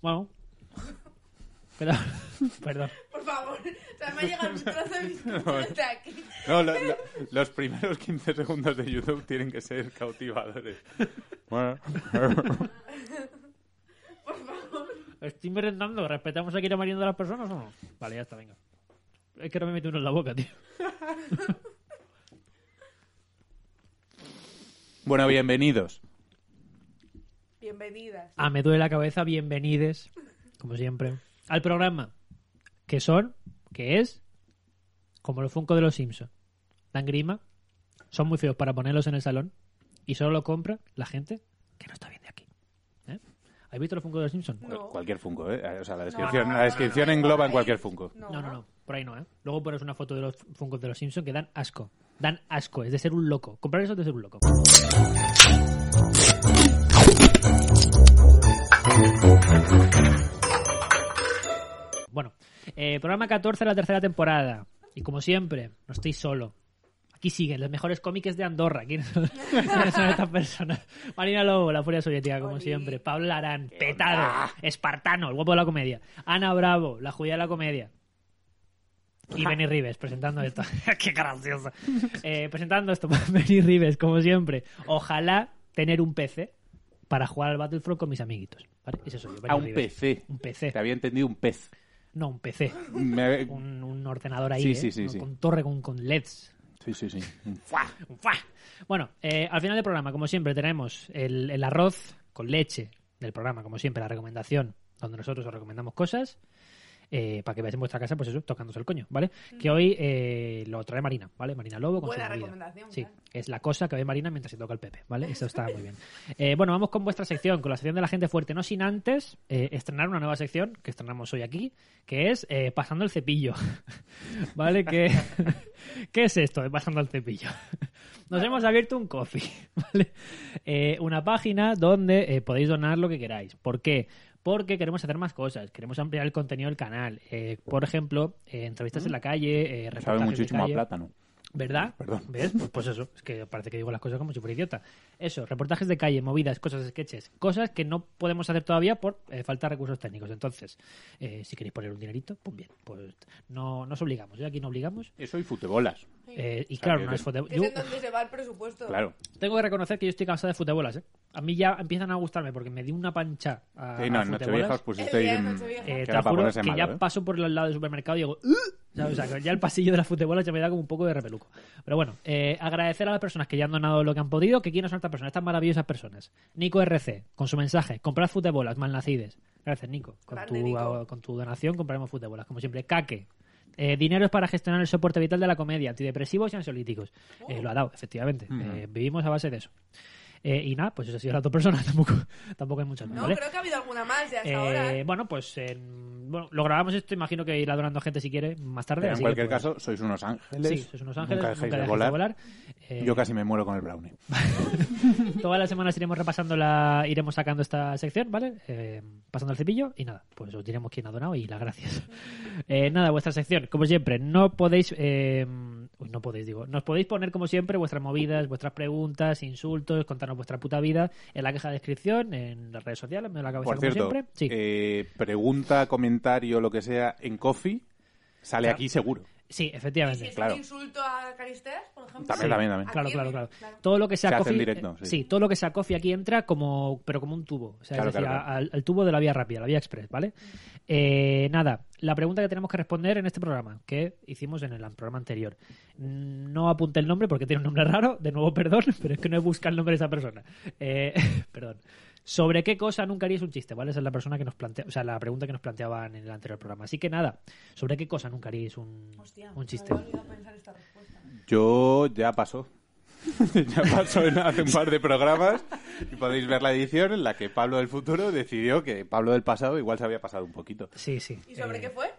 Bueno. Perdón. Perdón. Por favor, o sea, me ha llegado un trozo de bizcocho desde aquí. No, lo- lo- los primeros 15 segundos de YouTube tienen que ser cautivadores. Bueno, Por favor. Estoy merendando. ¿Respetamos aquí la merienda de las personas o no? Vale, ya está, venga. Es que ahora me metí uno en la boca, tío. bueno bienvenidos. Bienvenidas. Ah, me duele la cabeza. Bienvenides, como siempre, al programa. Que son, que es, como los Funko de los Simpsons. Dan grima. Son muy feos para ponerlos en el salón. Y solo lo compra la gente que no está bien de aquí. ¿Eh? ¿Has visto los Funko de los Simpsons? No. Cualquier Funko, ¿eh? O sea, la No, descripción, no, no, la descripción no, no, no, engloba en cualquier Funko. No, No, no, no. Por ahí no, ¿eh? Luego pones una foto de los Funkos de los Simpsons que dan asco. Dan asco. Es de ser un loco. Comprar eso es de ser un loco. Bueno, eh, programa 14 de la tercera temporada. Y como siempre, no estoy solo. Aquí siguen los mejores cómics de Andorra. ¿Quiénes son, quiénes son estas personas? Marina Lobo, la furia soviética, como Oli. siempre. Pablo Larán, petado. Espartano, el guapo de la comedia. Ana Bravo, la judía de la comedia. Y Benny Rives presentando esto. ¡Qué gracioso! Eh, presentando esto, Benny Rives, como siempre. Ojalá tener un PC para jugar al Battlefront con mis amiguitos. ¿Vale? Ese soy yo, Benny A Ah, un Rives. PC. Un Te PC. había entendido un pez. No, un PC. Me- Un, un ordenador ahí. Sí, ¿eh? sí, sí, Con- sí. Con torre, con, E con LEDs. Sí, sí, sí. Un ¡fua! Bueno, eh, al final del programa, como siempre, tenemos el, el arroz con leche del programa, como siempre, la recomendación, donde nosotros os recomendamos cosas eh, para que veáis en vuestra casa, pues eso, tocándose el coño, ¿vale? Que hoy eh, lo trae Marina, ¿vale? Marina Lobo. Con Buena su movida. recomendación, Sí, claro. es la cosa que ve Marina mientras se toca el Pepe, ¿vale? Eso está muy bien. Eh, bueno, vamos con vuestra sección, con la sección de la gente fuerte, no sin antes eh, estrenar una nueva sección que estrenamos hoy aquí, que es eh, Pasando el Cepillo, ¿vale? Que, ¿Qué es esto de Pasando el Cepillo? Nos hemos abierto un coffee, ¿vale? Eh, una página donde eh, podéis donar lo que queráis. ¿Por qué? Porque queremos hacer más cosas, queremos ampliar el contenido del canal. Eh, por ejemplo, eh, entrevistas en la calle, eh, Sabe reportajes de muchísimo a calle. plátano. ¿Verdad? Perdón. ¿Ves? Pues eso, es que parece que digo las cosas como si fuera idiota. Eso, reportajes de calle, movidas, cosas, sketches, cosas que no podemos hacer todavía por eh, falta de recursos técnicos. Entonces, eh, si queréis poner un dinerito, pues bien, pues no nos obligamos, ¿eh? aquí no obligamos. Eso y futebolas. Eh, y sea, claro, que- no es foto. Que yo- es en donde se va el presupuesto. Claro. tengo que reconocer que yo estoy cansado de futebolas, ¿eh? A mí ya empiezan a gustarme porque me di una pancha a, Sí, no, a en Ah, futebolas. Nochevieja os El pusiste día de pues en- Nochevieja. Eh, que te era lo para juro ponerse que malo, ya ¿eh? paso por el lado del supermercado y digo, "Uh", ¿sabes? O sea, que ya el pasillo de la futebola ya me da como un poco de repeluco. Pero bueno, eh, agradecer a las personas que ya han donado lo que han podido, que quiénes son estas personas, estas maravillosas personas. Nico RC, con su mensaje, comprad futebolas, malnacides. Gracias, Nico. Con, Grande, tu, Nico. con tu donación compraremos futebolas, como siempre. Kake. eh, dinero es para gestionar el soporte vital de la comedia, antidepresivos y ansiolíticos. Eh, lo ha dado, efectivamente. Eh, vivimos a base de eso. Eh, y nada, pues eso ha sido las dos personas, tampoco, tampoco hay muchas más. No, ¿vale? creo que ha habido alguna más de hasta Eh, ahora. ¿eh? bueno, pues en- bueno, lo grabamos esto, imagino que irá donando gente si quiere más tarde. Pero en así que, cualquier pues, caso, sois unos ángeles. sí, sois unos ángeles, Nunca nunca dejéis dejéis de volar. Eh, Yo casi me muero con el brownie. Todas las semanas iremos repasando la, iremos sacando esta sección, ¿vale? Eh, pasando el cepillo y nada, pues os diremos quién ha donado y las gracias. Eh, nada, vuestra sección, como siempre, no podéis, eh, uy, no podéis, digo, nos podéis poner como siempre vuestras movidas, vuestras preguntas, insultos, contarnos vuestra puta vida en la caja de descripción, en las redes sociales, me doy la cabeza Por como cierto, siempre. Sí. eh, pregunta, comentario, lo que sea, en Coffee, sale Claro. aquí seguro. sí, Y efectivamente. si es claro. un insulto a Carister, por ejemplo. También, Sí. también, también. Claro, Aquí, claro, claro, claro. Todo lo que sea Se hace coffee, en directo, eh, sí. todo lo que sea coffee aquí entra como, pero como un tubo, o sea, Claro, es decir, claro, a- Al, al tubo de la vía rápida, la vía express, ¿vale? Eh, nada, la pregunta que tenemos que responder en este programa, que hicimos en el programa anterior, no apunte el nombre porque tiene un nombre raro, de nuevo perdón, pero es que no he buscado el nombre de esa persona, Eh, perdón. ¿Sobre qué cosa nunca haríais un chiste? ¿Vale? Esa es la persona que nos plantea, o sea, la pregunta que nos planteaban en el anterior programa. Así que nada, ¿sobre qué cosa nunca haríais un, Hostia, un me chiste? había olvidado pensar esta respuesta. Yo ya pasó. ya pasó en- hace un par de programas y podéis ver la edición en la que Pablo del futuro decidió que Pablo del pasado igual se había pasado un poquito. Sí, sí. ¿Y sobre Eh, qué fue?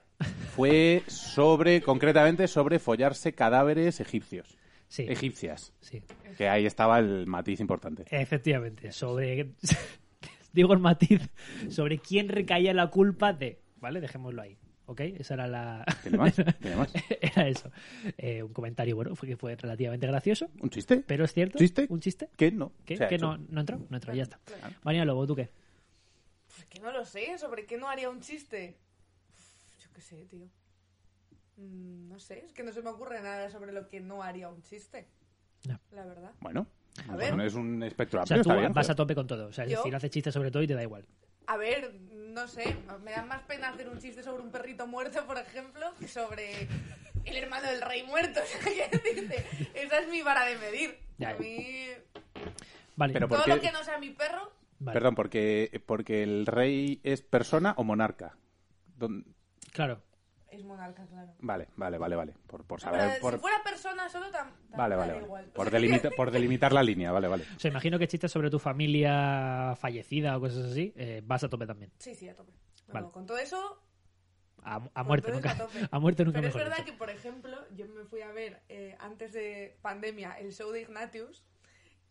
Fue sobre, concretamente, sobre follarse cadáveres egipcios. Sí. Egipcias. Sí. Que ahí estaba el matiz importante. Efectivamente, sobre. Digo el matiz, sobre quién recaía la culpa de. ¿Vale? Dejémoslo ahí. ¿Ok? Esa era la. Tiene más, tiene más. era eso. Eh, un comentario, bueno, fue que fue relativamente gracioso, ¿Un chiste? pero es cierto. ¿Chiste? ¿Un chiste? ¿Qué? No. ¿Qué? Se ha ¿Qué hecho. no, no entró? No entró, ya está. María Lobo, ¿tú qué? Pues que no lo sé, ¿sobre qué no haría un chiste? Uf, yo qué sé, tío. Mm, no sé, es que no se me ocurre nada sobre lo que no haría un chiste. No. La verdad. Bueno, A bueno, ver. es un espectro O amplio. sea, tú está bien, vas a joder. tope con todo. O sea, es ¿Yo? decir, haces chistes sobre todo y te da igual. A ver, no sé, me da más pena hacer un chiste sobre un perrito muerto, por ejemplo, que sobre el hermano del rey muerto. O sea, ¿qué decirte? Esa es mi vara de medir. Ya. A mí, Vale. Pero por- todo qué? lo que no sea mi perro, vale. Perdón, porque, porque el rey es persona o monarca. Don- Claro. es monarca, claro. Vale, vale, vale, vale. Por, por Pero saber. Por... Ah, Si fuera persona solo, tam, tam- Vale, me vale, daría vale. igual. Por, delimita- por delimitar la línea, vale, vale. O sea, imagino que chistes sobre tu familia fallecida o cosas así, eh, vas a tope también. Sí, sí, a tope. No, Vale. no, con todo eso, A, a muerte Entonces, nunca. Pues a tope. A muerte nunca Pero es mejor verdad dicho. que, por ejemplo, yo me fui a ver eh, antes de pandemia el show de Ignatius,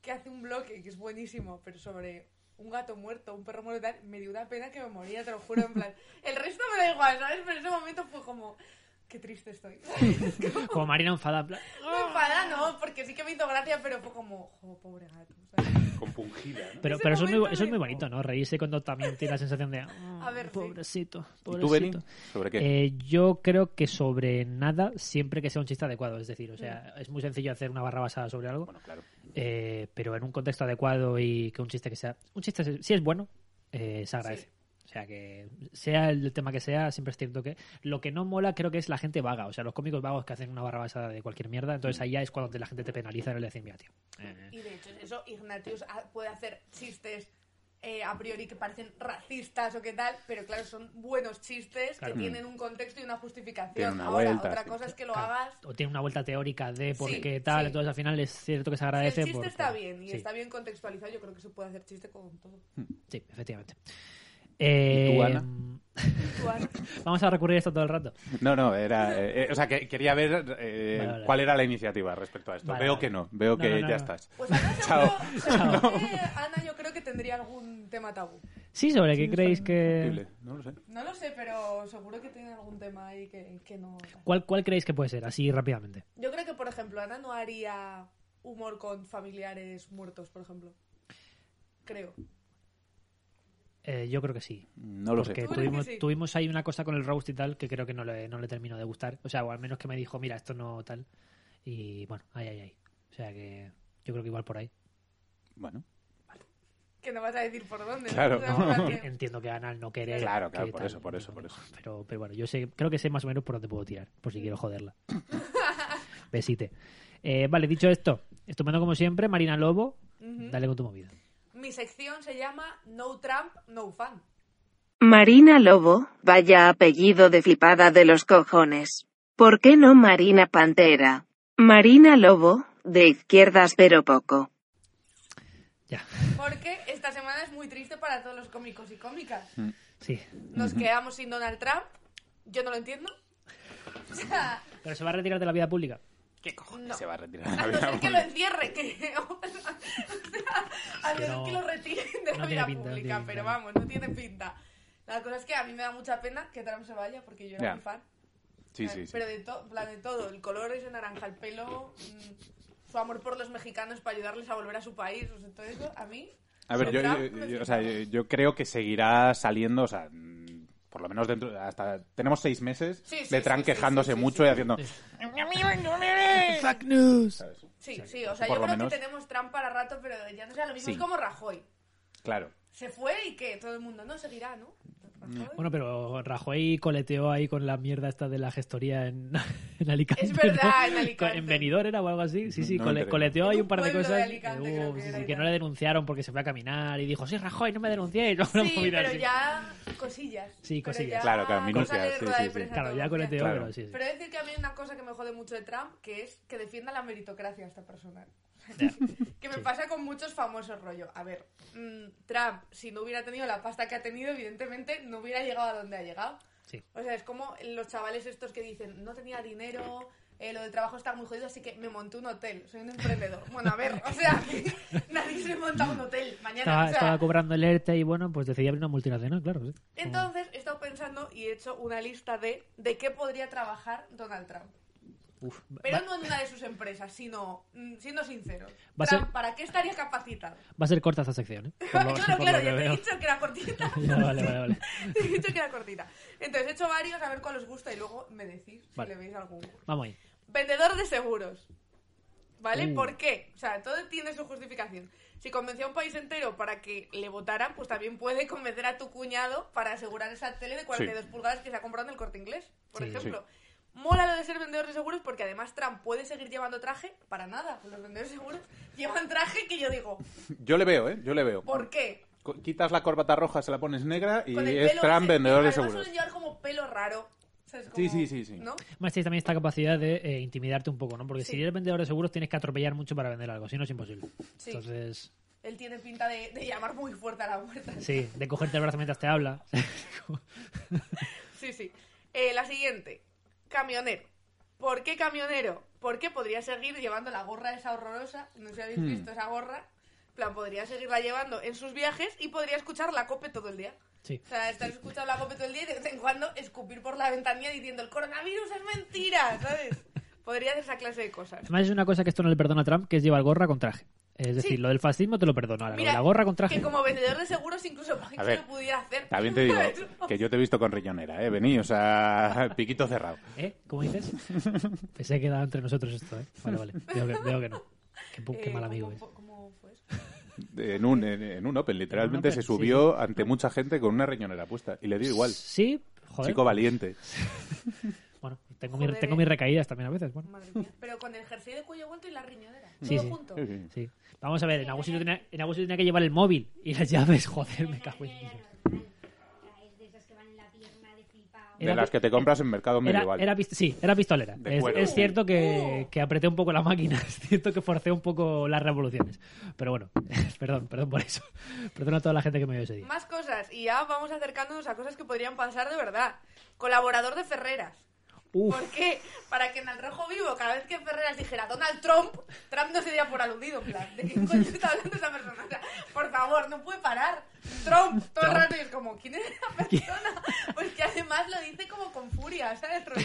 que hace un bloque que es buenísimo, pero sobre un gato muerto, un perro muerto y tal, me dio una pena que me moría, te lo juro, en plan... El resto me da igual, ¿sabes? Pero en ese momento fue como... Qué triste estoy. Como Marina enfada. en plan, Me enfada, no, porque sí que me hizo gracia, pero fue como... Jo, pobre gato, ¿sabes? Compungida, ¿no? Pero, Ese pero eso, es muy, momento eso es de- muy bonito, ¿no? Reírse cuando también tiene la sensación de. "Ah, A ver, sí. pobrecito, ¿Y tú, Beni? pobrecito. ¿Sobre qué? Eh, yo creo que sobre nada, siempre que sea un chiste adecuado. Es decir, o sea, es muy sencillo hacer una barra basada sobre algo, Bueno, claro. eh, pero en un contexto adecuado y que un chiste que sea. Un chiste, se- si es bueno, eh, se agradece. O sea, que sea el tema que sea, siempre es cierto que. Lo que no mola creo que es la gente vaga. O sea, los cómicos vagos que hacen una barra basada de cualquier mierda. Entonces ahí ya es cuando te- la gente te penaliza y le dicen, mira, tío. eh, Y de hecho, es eso, Ignatius ha- puede hacer chistes eh, a priori que parecen racistas o qué tal, pero claro, son buenos chistes Claro. que tienen un contexto y una justificación. Tiene una Ahora, vuelta, otra sí. cosa es que lo Claro. hagas. o tiene una vuelta teórica de por Sí, qué tal, sí. entonces al final es cierto que se El agradece. chiste por- está por- bien y sí, está bien contextualizado. Yo creo que se puede hacer chiste con todo. Sí, efectivamente. tú, Eh, Ana? Tú, Ana. Vamos a recurrir a esto todo el rato. No, no, era. eh, eh, o sea, que quería ver eh, Vale, vale. cuál era la iniciativa respecto a esto. Vale, veo vale. que no, veo No, que no, no, ya no. estás. Pues Ana, Chao. seguro- seguro que Ana, yo creo que tendría algún tema tabú. Sí, sobre qué creéis que. Horrible, No lo sé. No lo sé, pero seguro que tiene algún tema ahí que, que no. ¿Cuál, ¿Cuál creéis que puede ser? Así rápidamente. Yo creo que, por ejemplo, Ana no haría humor con familiares muertos, por ejemplo. Creo. Eh, yo creo que sí. No lo Porque sé. ¿Tú crees tuvimos, que sí? tuvimos ahí una cosa con el roast y tal que creo que no le, no le terminó de gustar. O sea, o al menos que me dijo, mira, esto no tal. Y bueno, ay, ay, ay. O sea que yo creo que igual por ahí. Bueno, Que no vas a decir por dónde. ¿no? Claro. O sea, en plan que- Entiendo que Ana al no querer. Claro, claro, que por tal, eso, por eso, por eso. Pero, pero bueno, yo sé, creo que sé más o menos por dónde puedo tirar, por si quiero joderla. Besite. Eh, vale, dicho esto, estupendo como siempre, Marina Lobo, dale con tu movida. Mi sección se llama No Trump, No Fan. Marina Lobo, vaya apellido de flipada de los cojones. ¿Por qué no Marina Pantera? Marina Lobo, de izquierdas pero poco. Ya, Porque esta semana es muy triste para todos los cómicos y cómicas. sí. Nos quedamos sin Donald Trump. Yo no lo entiendo. O sea, Pero se va a retirar de la vida pública. ¿Qué cojones No. se va a retirar? a no ser que lo encierre, que. o sea, a no Que ser no- que lo retiren de no la tiene vida pinta, no pública, tiene pero pinta. vamos, no tiene pinta. La cosa es que a mí me da mucha pena que Trump se vaya porque yo era Ya. muy fan. Sí, Claro, sí, sí. Eh, Pero de, to- en plan de todo, el color ese naranja, el pelo, mm, su amor por los mexicanos para ayudarles a volver a su país, o sea, todo eso, a mí... A ver, yo, Trump yo- me yo- flipa. o sea, yo- yo creo que seguirá saliendo, o sea, mm, por lo menos dentro, hasta tenemos seis meses Sí, sí, de Trump sí, sí, quejándose sí, sí, mucho sí. y haciendo. Fake news. ¿sabes? Sí, sí, o sea, por yo lo creo menos- que tenemos Trump para rato, pero ya no sea lo mismo, Sí. es como Rajoy. Claro. Se fue y que todo el mundo no seguirá, ¿no? Rajoy. Mm. Bueno, pero Rajoy coleteó ahí con la mierda esta de la gestoría en, en Alicante. Es verdad, ¿no? en Alicante. En Benidorm era o algo así. Sí, sí, No me cole- enteré. coleteó ahí un par de En un cosas. Eh, pueblo de Alicante, creo que sí, era sí, y que no tal. le denunciaron porque se fue a caminar y dijo, sí, Rajoy, no me denuncié. No, Sí, pero ya cosillas. Sí, Pero cosillas. ya Claro, claro, cosa minucias, de sí, rueda de sí, sí. prensa, Claro, todo, ya coleteó, Claro. pero sí, sí. Pero he de decir que a mí hay una cosa que me jode mucho de Trump, que es que defienda la meritocracia a esta persona. O Ya. Que me Sí. pasa con muchos famosos rollo. A ver, mm, Trump, si no hubiera tenido la pasta que ha tenido, evidentemente no hubiera llegado a donde ha llegado. Sí. O sea, es como los chavales estos que dicen, no tenía dinero, eh, lo del trabajo está muy jodido, así que me monté un hotel, soy un emprendedor. Bueno, a ver, o sea, nadie se monta un hotel mañana. Estaba, o sea, estaba cobrando el ERTE y bueno, pues decidí abrir una multinacional, claro. sí. Como- entonces he estado pensando y he hecho una lista de de qué podría trabajar Donald Trump. Uf, va- Pero va, no en una de sus empresas, sino mm, siendo sincero. Va a Trump, ser- ¿Para qué estaría capacitado? va a ser corta esta sección, ¿eh? Por lo- claro, por claro, lo ya que te he veo. dicho que era cortita. Ya, vale, vale, vale. Te he dicho que era cortita. Entonces he hecho varios, a ver cuál os gusta y luego me decís Vale. si le veis algún. Vamos ahí. Vendedor de seguros. ¿Vale? Uh. ¿Por qué? O sea, todo tiene su justificación. Si convenció a un país entero para que le votaran, pues también puede convencer a tu cuñado para asegurar esa tele de 42 pulgadas que se ha comprado en el corte inglés, por Sí. ejemplo. Mola lo de ser vendedor de seguros porque además Trump puede seguir llevando traje para nada. Los vendedores de seguros llevan traje que yo digo, Yo le veo, ¿eh? Yo le veo. ¿por qué? Co- Quitas la corbata roja, se la pones negra y Con el es pelo Trump ese. vendedor de Además seguros. suelen llevar como pelo raro. ¿sabes? Sí, Como- sí, sí, sí. ¿No? Más tienes también esta capacidad de eh, intimidarte un poco, ¿no? Porque Sí. si eres vendedor de seguros tienes que atropellar mucho para vender algo, si no es imposible. Sí. Entonces, Él tiene pinta de, de llamar muy fuerte a la puerta. sí, de cogerte el brazo mientras te habla. Sí, sí. Eh, la siguiente. Camionero. ¿Por qué camionero? Porque podría seguir llevando la gorra esa horrorosa. No sé si Hmm. habéis visto esa gorra. En plan, podría seguirla llevando en sus viajes y podría escuchar la cope todo el día. Sí. O sea, estar escuchando la cope todo el día y de vez en cuando escupir por la ventanilla diciendo el coronavirus es mentira, ¿sabes? Podría hacer esa clase de cosas. Además es una cosa que esto no le perdona a Trump, que es llevar gorra con traje. Es decir, Sí. lo del fascismo te lo perdono. Ahora, lo de Mira, la gorra con traje... Que como vendedor de seguros incluso para que ver, lo pudiera hacer. También te digo ¿Sabes? que yo te he visto con riñonera, ¿eh? Vení, o sea, piquito cerrado. ¿Eh? ¿Cómo dices? Pensé que quedaba entre nosotros esto, ¿eh? Vale, vale. Veo que, veo que no. Qué, pu- Uh, qué Eh, mal amigo ¿cómo, es. fue- cómo fue eso? En un, en, en un Open, literalmente Open, se sí, subió ante mucha gente con una riñonera puesta. Y le dio pues, igual. Sí, joder. Chico valiente. Bueno, tengo, mi- Joder, tengo eh. mis recaídas también a veces. Bueno, Madre mía. Pero con el jersey de cuello vuelto y la riñonera. Sí, todo sí. junto. Sí, sí. sí. Vamos a ver, en algún sitio tenía, en algún sitio tenía que llevar el móvil y las llaves. Joder, me cago en Dios. Es de esas que van en la pierna de flipao. De Era- las que te compras en mercado Era, medieval. era pist- sí, era pistolera. De Es, cuero. es cierto que, Oh. que apreté un poco la máquina, es cierto que forcé un poco las revoluciones. Pero bueno, perdón, perdón por eso. Perdón a toda la gente que me vio ese día. Más cosas. Y ya vamos acercándonos a cosas que podrían pasar de verdad. Colaborador de Ferreras. Uf, ¿Por qué? Para que en el rojo vivo, cada vez que Ferreras dijera Donald Trump, Trump no sería por aludido. en plan, ¿de qué coño está hablando esa persona? O sea, por favor, no puede parar. Trump, todo el rato. Y es como, ¿quién es esa persona? Porque además lo dice como con furia, ¿sabes? Rollo,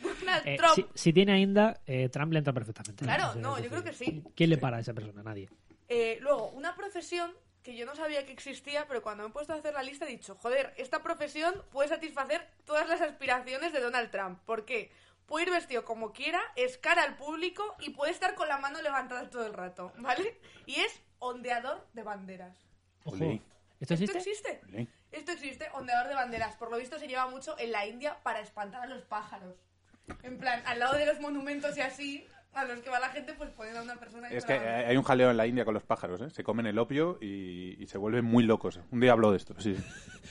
Donald eh, Trump. si, si tiene a Inda, eh, Trump le entra perfectamente. Claro, O sea, no, es yo creo que sí. ¿Quién le para a esa persona? Nadie. Eh, luego, una profesión que yo no sabía que existía, pero cuando me he puesto a hacer la lista he dicho, joder, esta profesión puede satisfacer todas las aspiraciones de Donald Trump. ¿Por qué? Puede ir vestido como quiera, es cara al público y puede estar con la mano levantada todo el rato, ¿vale? Y es ondeador de banderas. Ojo. Olé. ¿Esto existe? ¿Esto existe? Olé. Esto existe, ondeador de banderas. Por lo visto se lleva mucho en la India para espantar a los pájaros. En plan, al lado de los monumentos y así, a los que va la gente, pues ponen a una persona... Es que con la bandera. hay un jaleo en la India con los pájaros, ¿eh? Se comen el opio y, y se vuelven muy locos. Un día hablo de esto, sí.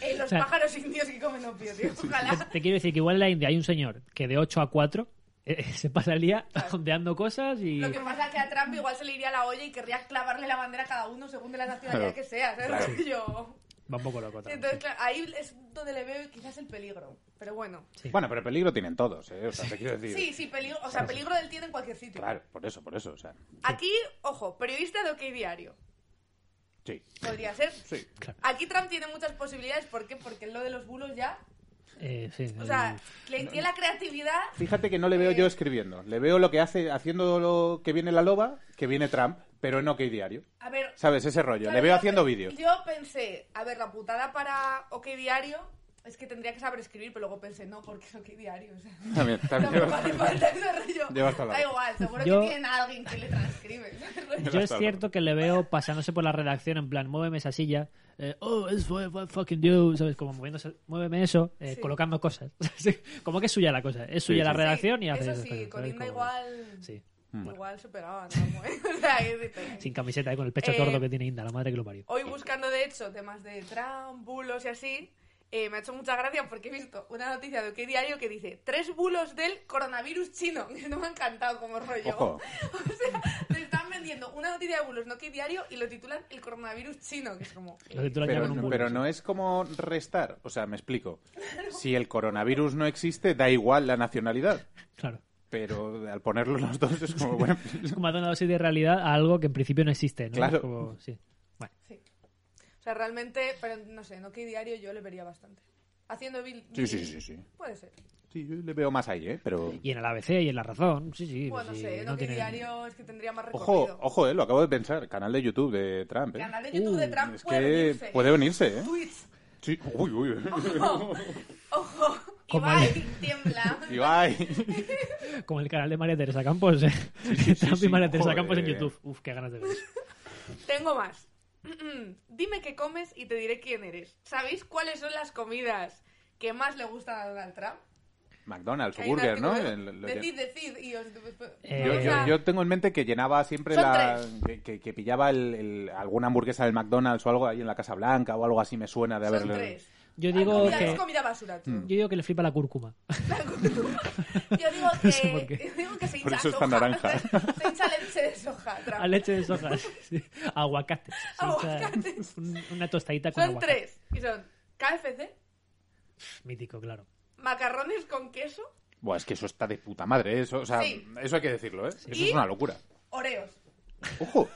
Eh, los O sea- pájaros indios que comen opio, tío. Ojalá. Te quiero decir que igual en la India hay un señor que de 8 a 4 eh, se pasa el día ondeando cosas y... Lo que pasa es que a Trump igual se le iría la olla y querría clavarle la bandera a cada uno según de la nacionalidad Claro. que sea, ¿sabes? Claro. Rollo. Va un poco loco. Trump, Entonces, claro, ahí es donde le veo quizás el peligro. Pero bueno. sí. Bueno, pero peligro tienen todos, ¿eh? O sea, te quiero decir... Sí, sí, peligro. O sea, peligro del tiene en cualquier sitio. Claro, por eso, por eso, o sea... Aquí, ojo, periodista de OK Diario. Sí, Podría ser. sí. Claro. Aquí Trump tiene muchas posibilidades. ¿Por qué? Porque lo de los bulos ya. Eh, sí, O eh, sea, le tiene la creatividad. Fíjate que no le veo Eh. yo escribiendo. Le veo lo que hace, haciendo lo que viene la loba, que viene Trump, pero en OK Diario. A ver, ¿Sabes? Ese rollo. Claro, le veo yo haciendo pe- vídeos. Yo pensé, a ver, la putada para OK Diario es que tendría que saber escribir, pero luego pensé, no, porque es OK Diario. O sea, También, también. tampoco hace falta ese rollo. Lleva hasta la Da boca. igual, seguro Yo- que tienen a alguien que le transcribe. Yo es Hasta cierto que le veo pasándose por la redacción en plan, muéveme esa silla, eh, oh, it's for- for fucking you, ¿sabes? Como moviéndose, muéveme eso, eh, Sí. colocando cosas. Sí, Como que es suya la cosa, es suya Sí, la sí. redacción y hace Eso esas sí, cosas, con ¿sabes? Inda Como- igual. Sí. Mm. Igual se pegaban, vamos, ¿eh? O sea, que dice- Sin camiseta, eh, con el pecho Eh, tordo que tiene Inda, la madre que lo parió. Hoy buscando, de hecho, temas de Trump, bulos y así, eh, me ha hecho mucha gracia porque he visto una noticia de OK Diario que dice tres bulos del coronavirus chino. que No me ha encantado como rollo. Ojo. O sea, te están vendiendo una noticia de bulos, no que diario, y lo titulan el coronavirus chino, que es como... Lo titulan ya Pero, con un bulo, pero sí. no es como restar. O sea, me explico. Si el coronavirus no existe, da igual la nacionalidad. Claro. Pero al ponerlo los dos es como, bueno, Es como dar una dosis de realidad a algo que en principio no existe, ¿no? Claro. Es como- sí. Vale. Sí. O sea, realmente, pero no sé, no que diario yo le vería bastante. Haciendo Bill. Sí, sí, sí, sí. Puede ser. Sí, yo le veo más ahí, ¿eh? Pero... Y en el ABC y en La Razón, sí, sí. Bueno, no pues sí, sé, no, que tiene- diario es que tendría más recorrido. Ojo, ojo, eh, lo acabo de pensar. Canal de YouTube de Trump, eh. Canal de YouTube de Uh, Trump Es puede que venirse. puede venirse, eh. Tweets. Sí. Uy, uy. Ojo. Como Ibai el- tiembla. Ibai. Como el canal de María Teresa Campos, ¿eh? sí, Trump y sí, María Teresa joder. Campos en YouTube. Uf, qué ganas de ver eso. Tengo más. Dime qué comes y te diré quién eres. ¿Sabéis cuáles son las comidas que más le gustan a Donald Trump? McDonald's, Que o hay un Burger, ¿no? artículo- El- lo- Decid, decid. Y os... pues, Eh, Yo, o yo- sea, yo tengo en mente que llenaba siempre Son la. Que, que- que pillaba el- el- alguna hamburguesa del McDonald's o algo ahí en la Casa Blanca o algo así, me suena de son haberlo. tres. Yo La digo comida- Es que... Mm. comida basura, tú. Yo digo que le flipa la cúrcuma. Yo digo No sé por que, qué. digo que se hincha Por eso es tan soja. naranja. Se hincha leche de soja. Trump. A leche de soja. sí. Aguacate. Sí, o sea, Aguacates. un- una tostadita con Son aguacate. tres. Y son KFC, Mítico, claro. macarrones con queso, Buah, es que eso está de puta madre, ¿eh? eso, o sea, Sí. eso hay que decirlo, ¿eh? Eso Y- es una locura. oreos. Ojo,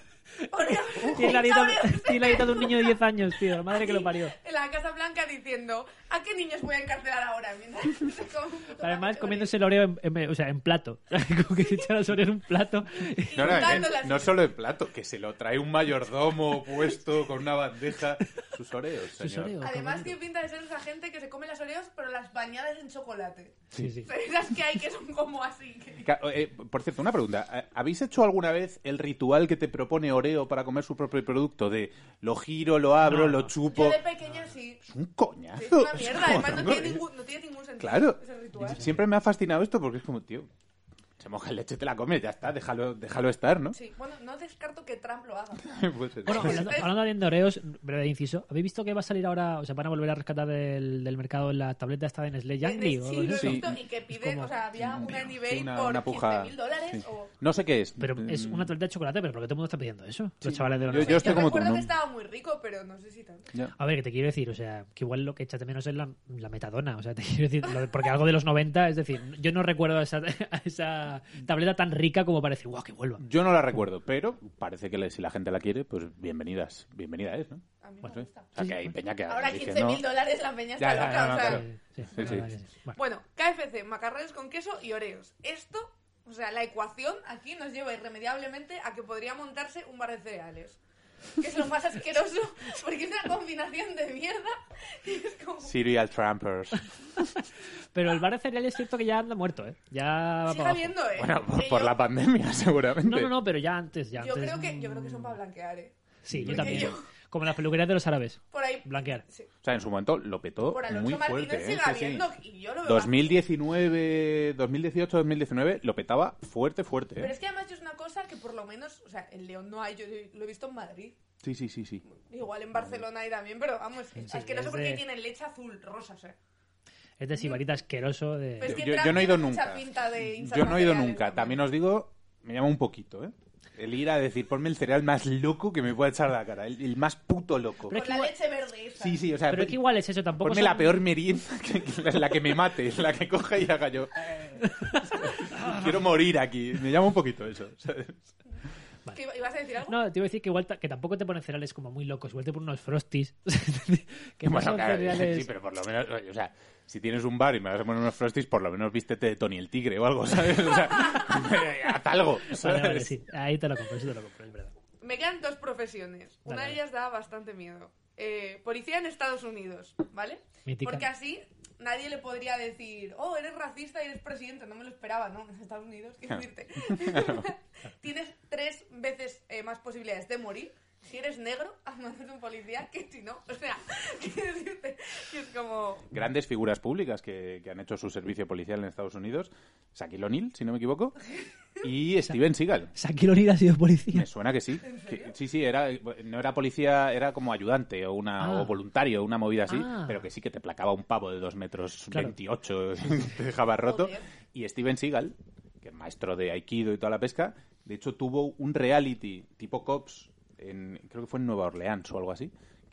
Oreos. Tiene la dieta, Oreos. tiene la dieta de un niño de 10 años, tío. La madre que lo parió. En la Casa Blanca diciendo, ¿a qué niños voy a encarcelar ahora? Mientras se come un puto Además, paquete de comiéndose el oreo en, en- o sea, en plato. Como que se echara el oreo en un plato. oreos. Y no, no, juntando eh, las- no solo el plato, que se lo trae un mayordomo puesto con una bandeja. Sus oreos, señor. Sus oreos. Además, tiene pinta de ser esa gente que se come las oreos, pero las bañadas en chocolate. Sí, sí. Esas que hay que son como así. que- Ca- eh, por cierto, una pregunta. ¿Ha- ¿Habéis hecho alguna vez el ritual que te propone Oreo para comer su propio producto? De lo giro, lo abro, No, no. lo Yo chupo. de pequeña sí. Es un Sí, coñazo. Es una Es mierda, como, además no no, tiene, es- ningún, no tiene ningún sentido Claro. ese ritual. Siempre me ha fascinado esto porque es como, tío, se moja el leche, te la comes, ya está, déjalo, déjalo estar, ¿no? Sí, bueno, no descarto que Trump lo haga. Pues eso. Bueno, hablando, hablando también de Oreos, breve inciso, ¿habéis visto que va a salir ahora, o sea, van a volver a rescatar del, del mercado la tableta esta de Nestlé Yangri? Eh, Sí, o sí, algo lo he así? visto y que pide, como- o sea, había una en eBay Una- por una puja- 15.000 dólares sí. o... No sé qué es. Pero es Mm, una tableta de chocolate, pero ¿por qué todo el mundo está pidiendo eso? Los chavales de los Yo- yo 90. estoy Yo como tú, recuerdo ¿no? que estaba muy rico, pero no sé si tanto. ya. A ver, que te quiero decir, o sea, que igual lo que echas de menos es la, la metadona, o sea, te quiero decir, lo de- porque algo de los 90, es decir, yo no recuerdo a esa, a esa tableta tan rica como para decir, guau, que vuelva. Yo no la recuerdo, pero parece que le- si la gente la quiere, pues bienvenidas, bienvenida es, ¿no? A mí No me sé. gusta. O sea, que hay peña que Ahora dice, 15.000 no. dólares la peña está Ya, ya, loca, no, o sea... claro. Eh, sí, Sí, la sí. verdad que sí. Bueno, Bueno, KFC, macarrones con queso y oreos. Esto, o sea, la ecuación aquí nos lleva irremediablemente a que podría montarse un bar de cereales. Que es lo más asqueroso, porque es una combinación de mierda. Y es como... Serial Trampers. Pero el bar de cereal es cierto que ya anda muerto, ¿eh? Ya va para Sigue abajo. habiendo, ¿eh? Bueno, por, Que por yo- la pandemia, seguramente. No, no, no, pero ya antes, ya Yo antes. creo, que, yo creo que mm. son para blanquear, ¿eh? Sí, yo Porque también. yo- Como las peluquerías de los árabes. Por ahí. Blanquear. Sí. O sea, en su momento lo petó Por Alonso muy Martínez fuerte. sigue ¿eh? Sí, sí. habiendo, y yo lo veo 2019, 2018, 2019 lo petaba fuerte, fuerte. Pero ¿eh? es que además yo es una cosa que por lo menos, o sea, en León no hay, yo lo he visto en Madrid. Sí, sí, sí, sí. Igual en Barcelona hay también, pero vamos, es Sí, asqueroso es de- porque tienen leche azul, ¿eh? rosa, o sea. Es de sibarita asqueroso de... Pero es Pues que Yo- yo Trump no he ido tiene mucha nunca. pinta de Yo no he insaciable ido nunca. También os digo, me llama un poquito, ¿eh? El ir a decir, ponme el cereal más loco que me pueda echar a la cara. El, el más puto loco. Pero es Con que la igual- leche verde esa. Sí, sí, o sea, Pero es que igual es eso, tampoco ponme son- la peor merienda, que, que la, la que me mate, la que coja y haga yo. Eh. Quiero morir aquí. Me llama un poquito eso. ¿sabes? ¿Qué iba- ibas a decir algo? No, te iba a decir que igual ta- que tampoco te ponen cereales como muy locos, igual te ponen unos frosties. que no Bueno, son claro, cereales... sí, pero por lo menos, oye, o sea, si tienes un bar y me vas a poner unos frosties, por lo menos vístete de Tony el Tigre o algo, ¿sabes? O sea, haz algo, Vale, ¿sabes? vale, sí. Ahí te lo compro, eso te lo compro, es verdad. Me quedan dos profesiones. Una Dale, de ellas da bastante miedo. Eh, policía en Estados Unidos, ¿vale? Mítica. Porque así nadie le podría decir, oh, eres racista y eres presidente. No me lo esperaba, ¿no? En Estados Unidos, quiero decirte. Tienes tres veces eh, más posibilidades de morir si eres negro a manos de un policía que si no. O sea, quiero decirte que es como... Grandes figuras públicas que, que han hecho su servicio policial en Estados Unidos, Shaquille O'Neal, si no me equivoco, y Steven Seagal. Shaquille O'Neal ha sido policía. Me suena que sí. Que- sí, sí, era, no era policía, era como ayudante o una Ah. o voluntario, una movida así, Ah. pero que sí que te placaba un pavo de 2 metros Claro. 28, te dejaba roto. Joder. Y Steven Seagal, que es maestro de Aikido y toda la pesca, De hecho, tuvo un reality tipo Cops, en, creo que fue en Nueva Orleans o algo así,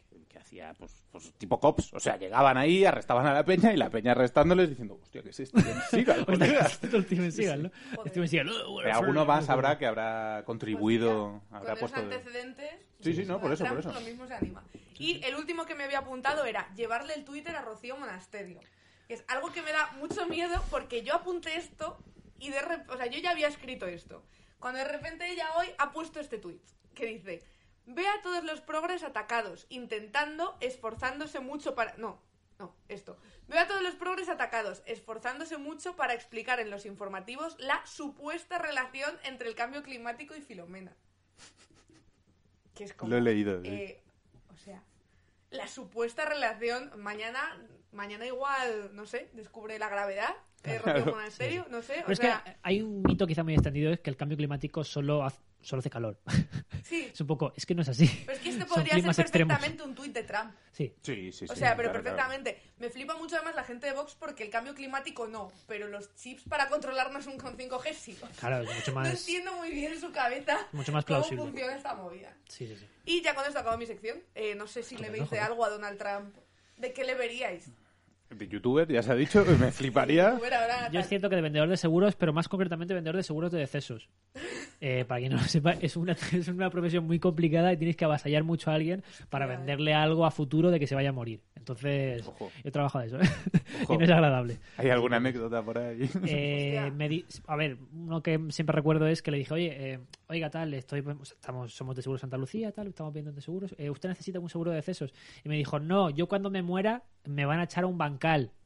que, que hacía pues, pues, tipo Cops. O sea, llegaban ahí, arrestaban a la peña y la peña arrestándoles diciendo, hostia, ¿qué es esto? Sigan, colega". Esto el Steven Seagal, ¿no? Joder. Steven Seagal, "Oh, bueno, Pero alguno más sabrá que habrá Pues contribuido, mira, habrá con puesto... esos antecedentes. Sí, sí, no, por eso, por Trump eso. Lo mismo se anima. Y el último que me había apuntado era llevarle el Twitter a Rocío Monasterio. Que es algo que me da mucho miedo porque yo apunté esto y de repente. O sea, yo ya había escrito esto. Cuando de repente ella hoy ha puesto este tweet que dice: Ve a todos los progres atacados, intentando, esforzándose mucho para. No. No, esto. Ve a todos los progres atacados, esforzándose mucho para explicar en los informativos la supuesta relación entre el cambio climático y Filomena. Que es como, Lo he leído, sí. eh, o sea, la supuesta relación, mañana, mañana igual, no sé, descubre la gravedad, eh, Rocío Monasterio, no sé, Pero o es sea, que hay un mito quizá muy extendido, es que el cambio climático solo hace, solo hace calor. sí, es un poco, es que no es así. pero es que este Son podría ser climas extremos. perfectamente un tuit de Trump. Sí. Sí, sí, sí. O sea, pero claro, claro. perfectamente. Me flipa mucho además la gente de Vox porque el cambio climático no, pero los chips para controlarnos un con 5G sí. Claro, es mucho No más... Sí, entiendo muy bien en su cabeza Mucho más cómo plausible. funciona esta movida. sí, sí. Y ya con esto acabo mi sección. Eh, no sé si le Joder, veis no, de joder. algo a Donald Trump. ¿De qué le veríais? De youtuber, ya se ha dicho, me fliparía. Youtuber ahora, Yo tal. es cierto que de vendedor de seguros, pero más concretamente vendedor de seguros de decesos. Eh, para quien no lo sepa, es una, es una profesión muy complicada y tienes que avasallar mucho a alguien para Hostia. venderle algo a futuro de que se vaya a morir. Entonces, Ojo. yo he trabajado de eso, ¿eh? Ojo. y no es agradable. ¿Hay alguna anécdota por ahí? Eh, Hostia. me di- a ver, uno que siempre recuerdo es que le dije, oye, eh, oiga, tal, estoy, pues, estamos, somos de Seguros Santa Lucía, tal, estamos viendo de seguros. eh, ¿Usted necesita un seguro de decesos? Y me dijo, no, yo cuando me muera me van a echar a un bancal.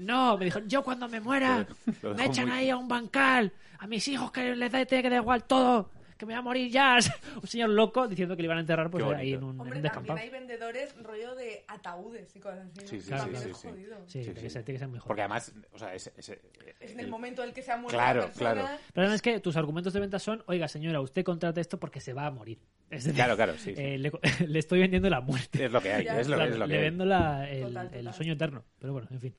no, me dijo, yo cuando me muera Lo me dejó echan muy- ahí a un bancal. A mis hijos que les da, tiene que da igual todo. Que me voy a morir ya. un señor loco diciendo que le iban a enterrar pues, Qué ahí en bonito. un, en Hombre, un también descampado. hay vendedores rollo de ataúdes y cosas así. ¿no? Sí, sí, Claro, También sí, es sí, sí. jodido. Sí, Sí, tiene, sí. Que ser, tiene que ser muy Porque además, o sea, ese... ese Es en el- el momento en el que se ha muerto Claro, la persona. claro. Pero es que tus argumentos de venta son, oiga señora, usted contrata esto porque se va a morir. Es decir, Claro, claro, sí. sí. eh, le, le estoy vendiendo la muerte. Es lo que hay, Ya. es lo que, Claro, es lo le que hay. vendo la- el, Total, el total. sueño eterno. Pero bueno, en fin.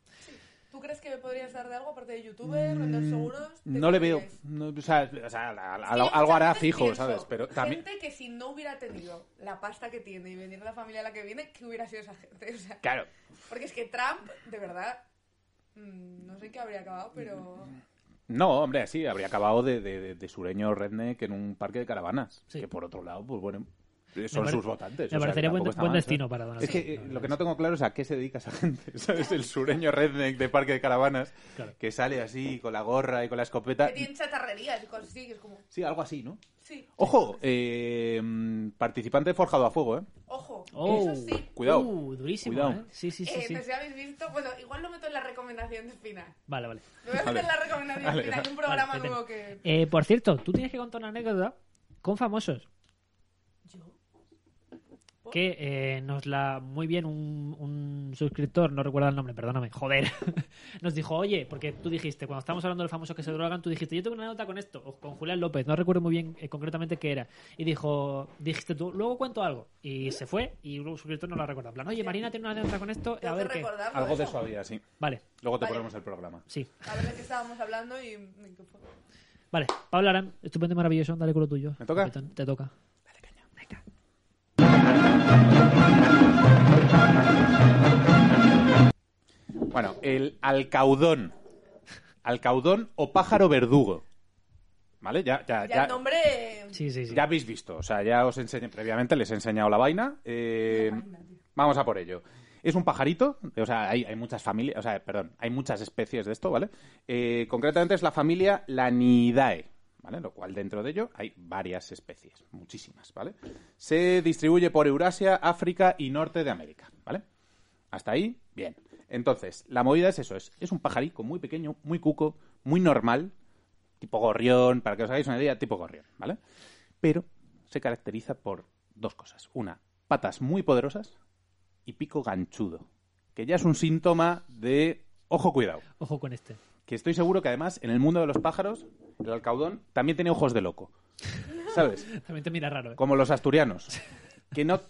¿Tú crees que me podrías dar de algo aparte de youtuber, vender seguros? ¿Te Mm, No le veo. crees? no, o sea, o sea, la- la- Sí, la- yo algo hará muchas veces fijo, pienso, ¿sabes? Pero también. Gente que si no hubiera tenido la pasta que tiene y venir de la familia a la que viene, ¿qué hubiera sido esa gente? O sea, Claro. porque es que Trump, de verdad, mm, no sé qué habría acabado, pero... No, hombre, así habría acabado de, de- de- de sureño redneck en un parque de caravanas. Sí. Que por otro lado, pues bueno, eh, son pare- sus votantes. me o sea, que parecería buen- tampoco está buen mal, destino ¿sabes? para Donald Es Trump, que eh, la lo verdad. que no tengo claro es a qué se dedica esa gente, ¿sabes? El sureño redneck de parque de caravanas Claro. que sale así con la gorra y con la escopeta. Que tienen chatarrerías y cosas así, que es como... Sí, algo así, ¿no? Sí, Ojo, eh, mm, participante forjado a fuego, ¿eh? ojo, Oh, eso sí. Cuidado. Uh, durísimo, Cuidado. ¿eh? Sí, sí, sí. Eh, sí. No sé si habéis visto, bueno, igual lo meto en la recomendación de final. Vale, vale. Lo voy a meter Vale. en la recomendación Vale, de final, hay un vale, programa vete. nuevo que... Eh, por cierto, tú tienes que contar una anécdota con famosos. Que eh, nos la. Muy bien, un, un suscriptor, no recuerdo el nombre, perdóname, joder. nos dijo, oye, porque tú dijiste, cuando estábamos hablando de los famosos que se drogan, tú dijiste, yo tengo una anécdota con esto, o con Julián López, no recuerdo muy bien eh, concretamente qué era. Y dijo, dijiste tú, luego cuento algo. Y se fue, y luego un suscriptor no la recuerda. En plan, oye, Marina tiene una anécdota con esto, a Tengo que ver qué. recordarlo. Algo de eso. eso había, sí. Vale, Luego te Vale. ponemos el programa. sí. A ver de qué estábamos hablando y... y qué fue. Vale, Pablo Arán, estupendo y maravilloso, dale con lo tuyo. ¿Me toca? Capitán, Te toca. Bueno, el alcaudón. Alcaudón o pájaro verdugo. ¿Vale? Ya, ya, Ya ya, el nombre... eh, Sí, sí, sí. ya habéis visto. O sea, ya os enseñé previamente, les he enseñado la vaina. Eh, vamos a por ello. Es un pajarito, o sea, hay, hay muchas familias, o sea, perdón, hay muchas especies de esto, ¿vale? Eh, concretamente es la familia Lanidae, ¿vale? Lo cual dentro de ello hay varias especies, muchísimas, ¿vale? Se distribuye por Eurasia, África y norte de América, ¿vale? Hasta ahí, bien. Entonces, la movida es eso, es, es un pajarico muy pequeño, muy cuco, muy normal, tipo gorrión, para que os hagáis una idea, tipo gorrión, ¿vale? Pero se caracteriza por dos cosas. Una, patas muy poderosas y pico ganchudo, que ya es un síntoma de... Ojo, cuidado. Ojo con este. Que estoy seguro que además en el mundo de los pájaros, el alcaudón también tiene ojos de loco. ¿Sabes? También te mira raro, ¿eh? Como los asturianos. Que no,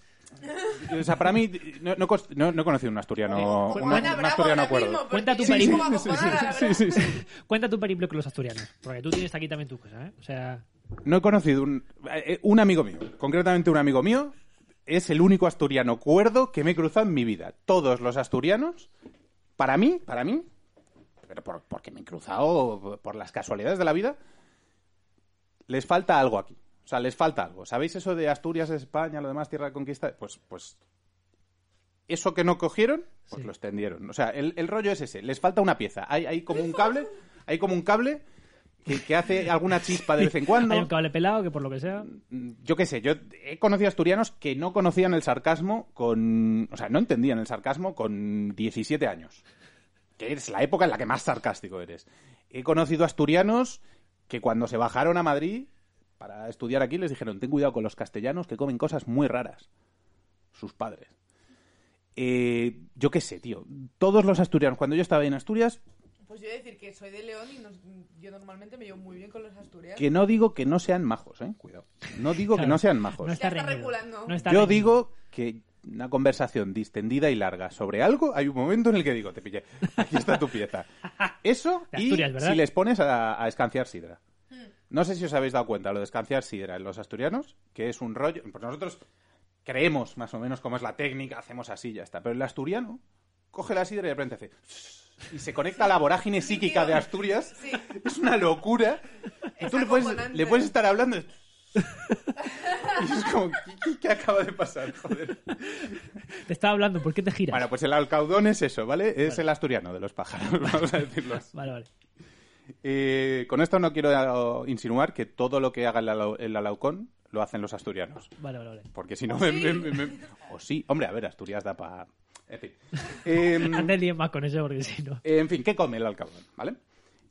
O sea, para mí, no, no, cons- no- no he conocido un asturiano, pues Juan un- un Bravo asturiano ahora acuerdo. mismo, porque Cuenta tu yo película. como acojonada, la Sí, verdad. sí, sí. Cuenta tu periplo con los asturianos, porque tú tienes aquí también tus cosas, ¿eh? O sea, No he conocido un, eh, un amigo mío, concretamente un amigo mío, es el único asturiano cuerdo que me he cruzado en mi vida. Todos los asturianos, para mí, para mí, pero por- porque me he cruzado por las casualidades de la vida, les falta algo aquí. O sea, les falta algo. ¿Sabéis eso de Asturias, España, lo demás, tierra de conquista? Pues, pues, eso que no cogieron, pues Sí. lo extendieron. O sea, el, el rollo es ese. Les falta una pieza. Hay, hay como un cable, hay como un cable que, que hace alguna chispa de vez en cuando hay un cable pelado que por lo que sea. yo qué sé, yo he conocido asturianos que no conocían el sarcasmo con. O sea, no entendían el sarcasmo con 17 años. Que es la época en la que más sarcástico eres. He conocido asturianos que cuando se bajaron a Madrid para estudiar aquí les dijeron: ten cuidado con los castellanos que comen cosas muy raras. Sus padres. Eh, yo qué sé, tío. Todos los asturianos, cuando yo estaba en Asturias, Pues yo he de decir que soy de León y nos- yo normalmente me llevo muy bien con los asturianos. que no digo que no sean majos, ¿eh? Cuidado. No digo que Claro. no sean majos. No está, está reñido. regulando. No está Pues Yo reñido. digo que una conversación distendida y larga sobre algo, hay un momento en el que digo, te pillé, aquí está tu pieza. Eso De y Asturias, ¿verdad? si les pones a, a escanciar sidra. No sé si os habéis dado cuenta lo de escanciar sidra en los asturianos, que es un rollo... pues nosotros creemos más o menos cómo es la técnica, hacemos así ya está. Pero el asturiano coge la sidra y de repente hace... Y se conecta a la vorágine psíquica de Asturias. Sí. Es una locura. Y Es tú le puedes, acojonante. le puedes estar hablando... y- y es como, ¿qué, qué- qué acaba de pasar? Joder. Te estaba hablando, ¿por qué te giras? Bueno, pues el alcaudón es eso, ¿vale? Es el asturiano de los pájaros, vamos a decirlo así. Vale, vale. Eh, con esto no quiero eh, insinuar que todo lo que haga el, alau- el alaucón lo hacen los asturianos. Vale, vale, vale. Porque si no me... me- me- me- O sí. Hombre, a ver, Asturias da para... En fin. Em, Anda líen más con eso porque si no. Eh, En fin, ¿qué come el alcaudón? ¿Vale?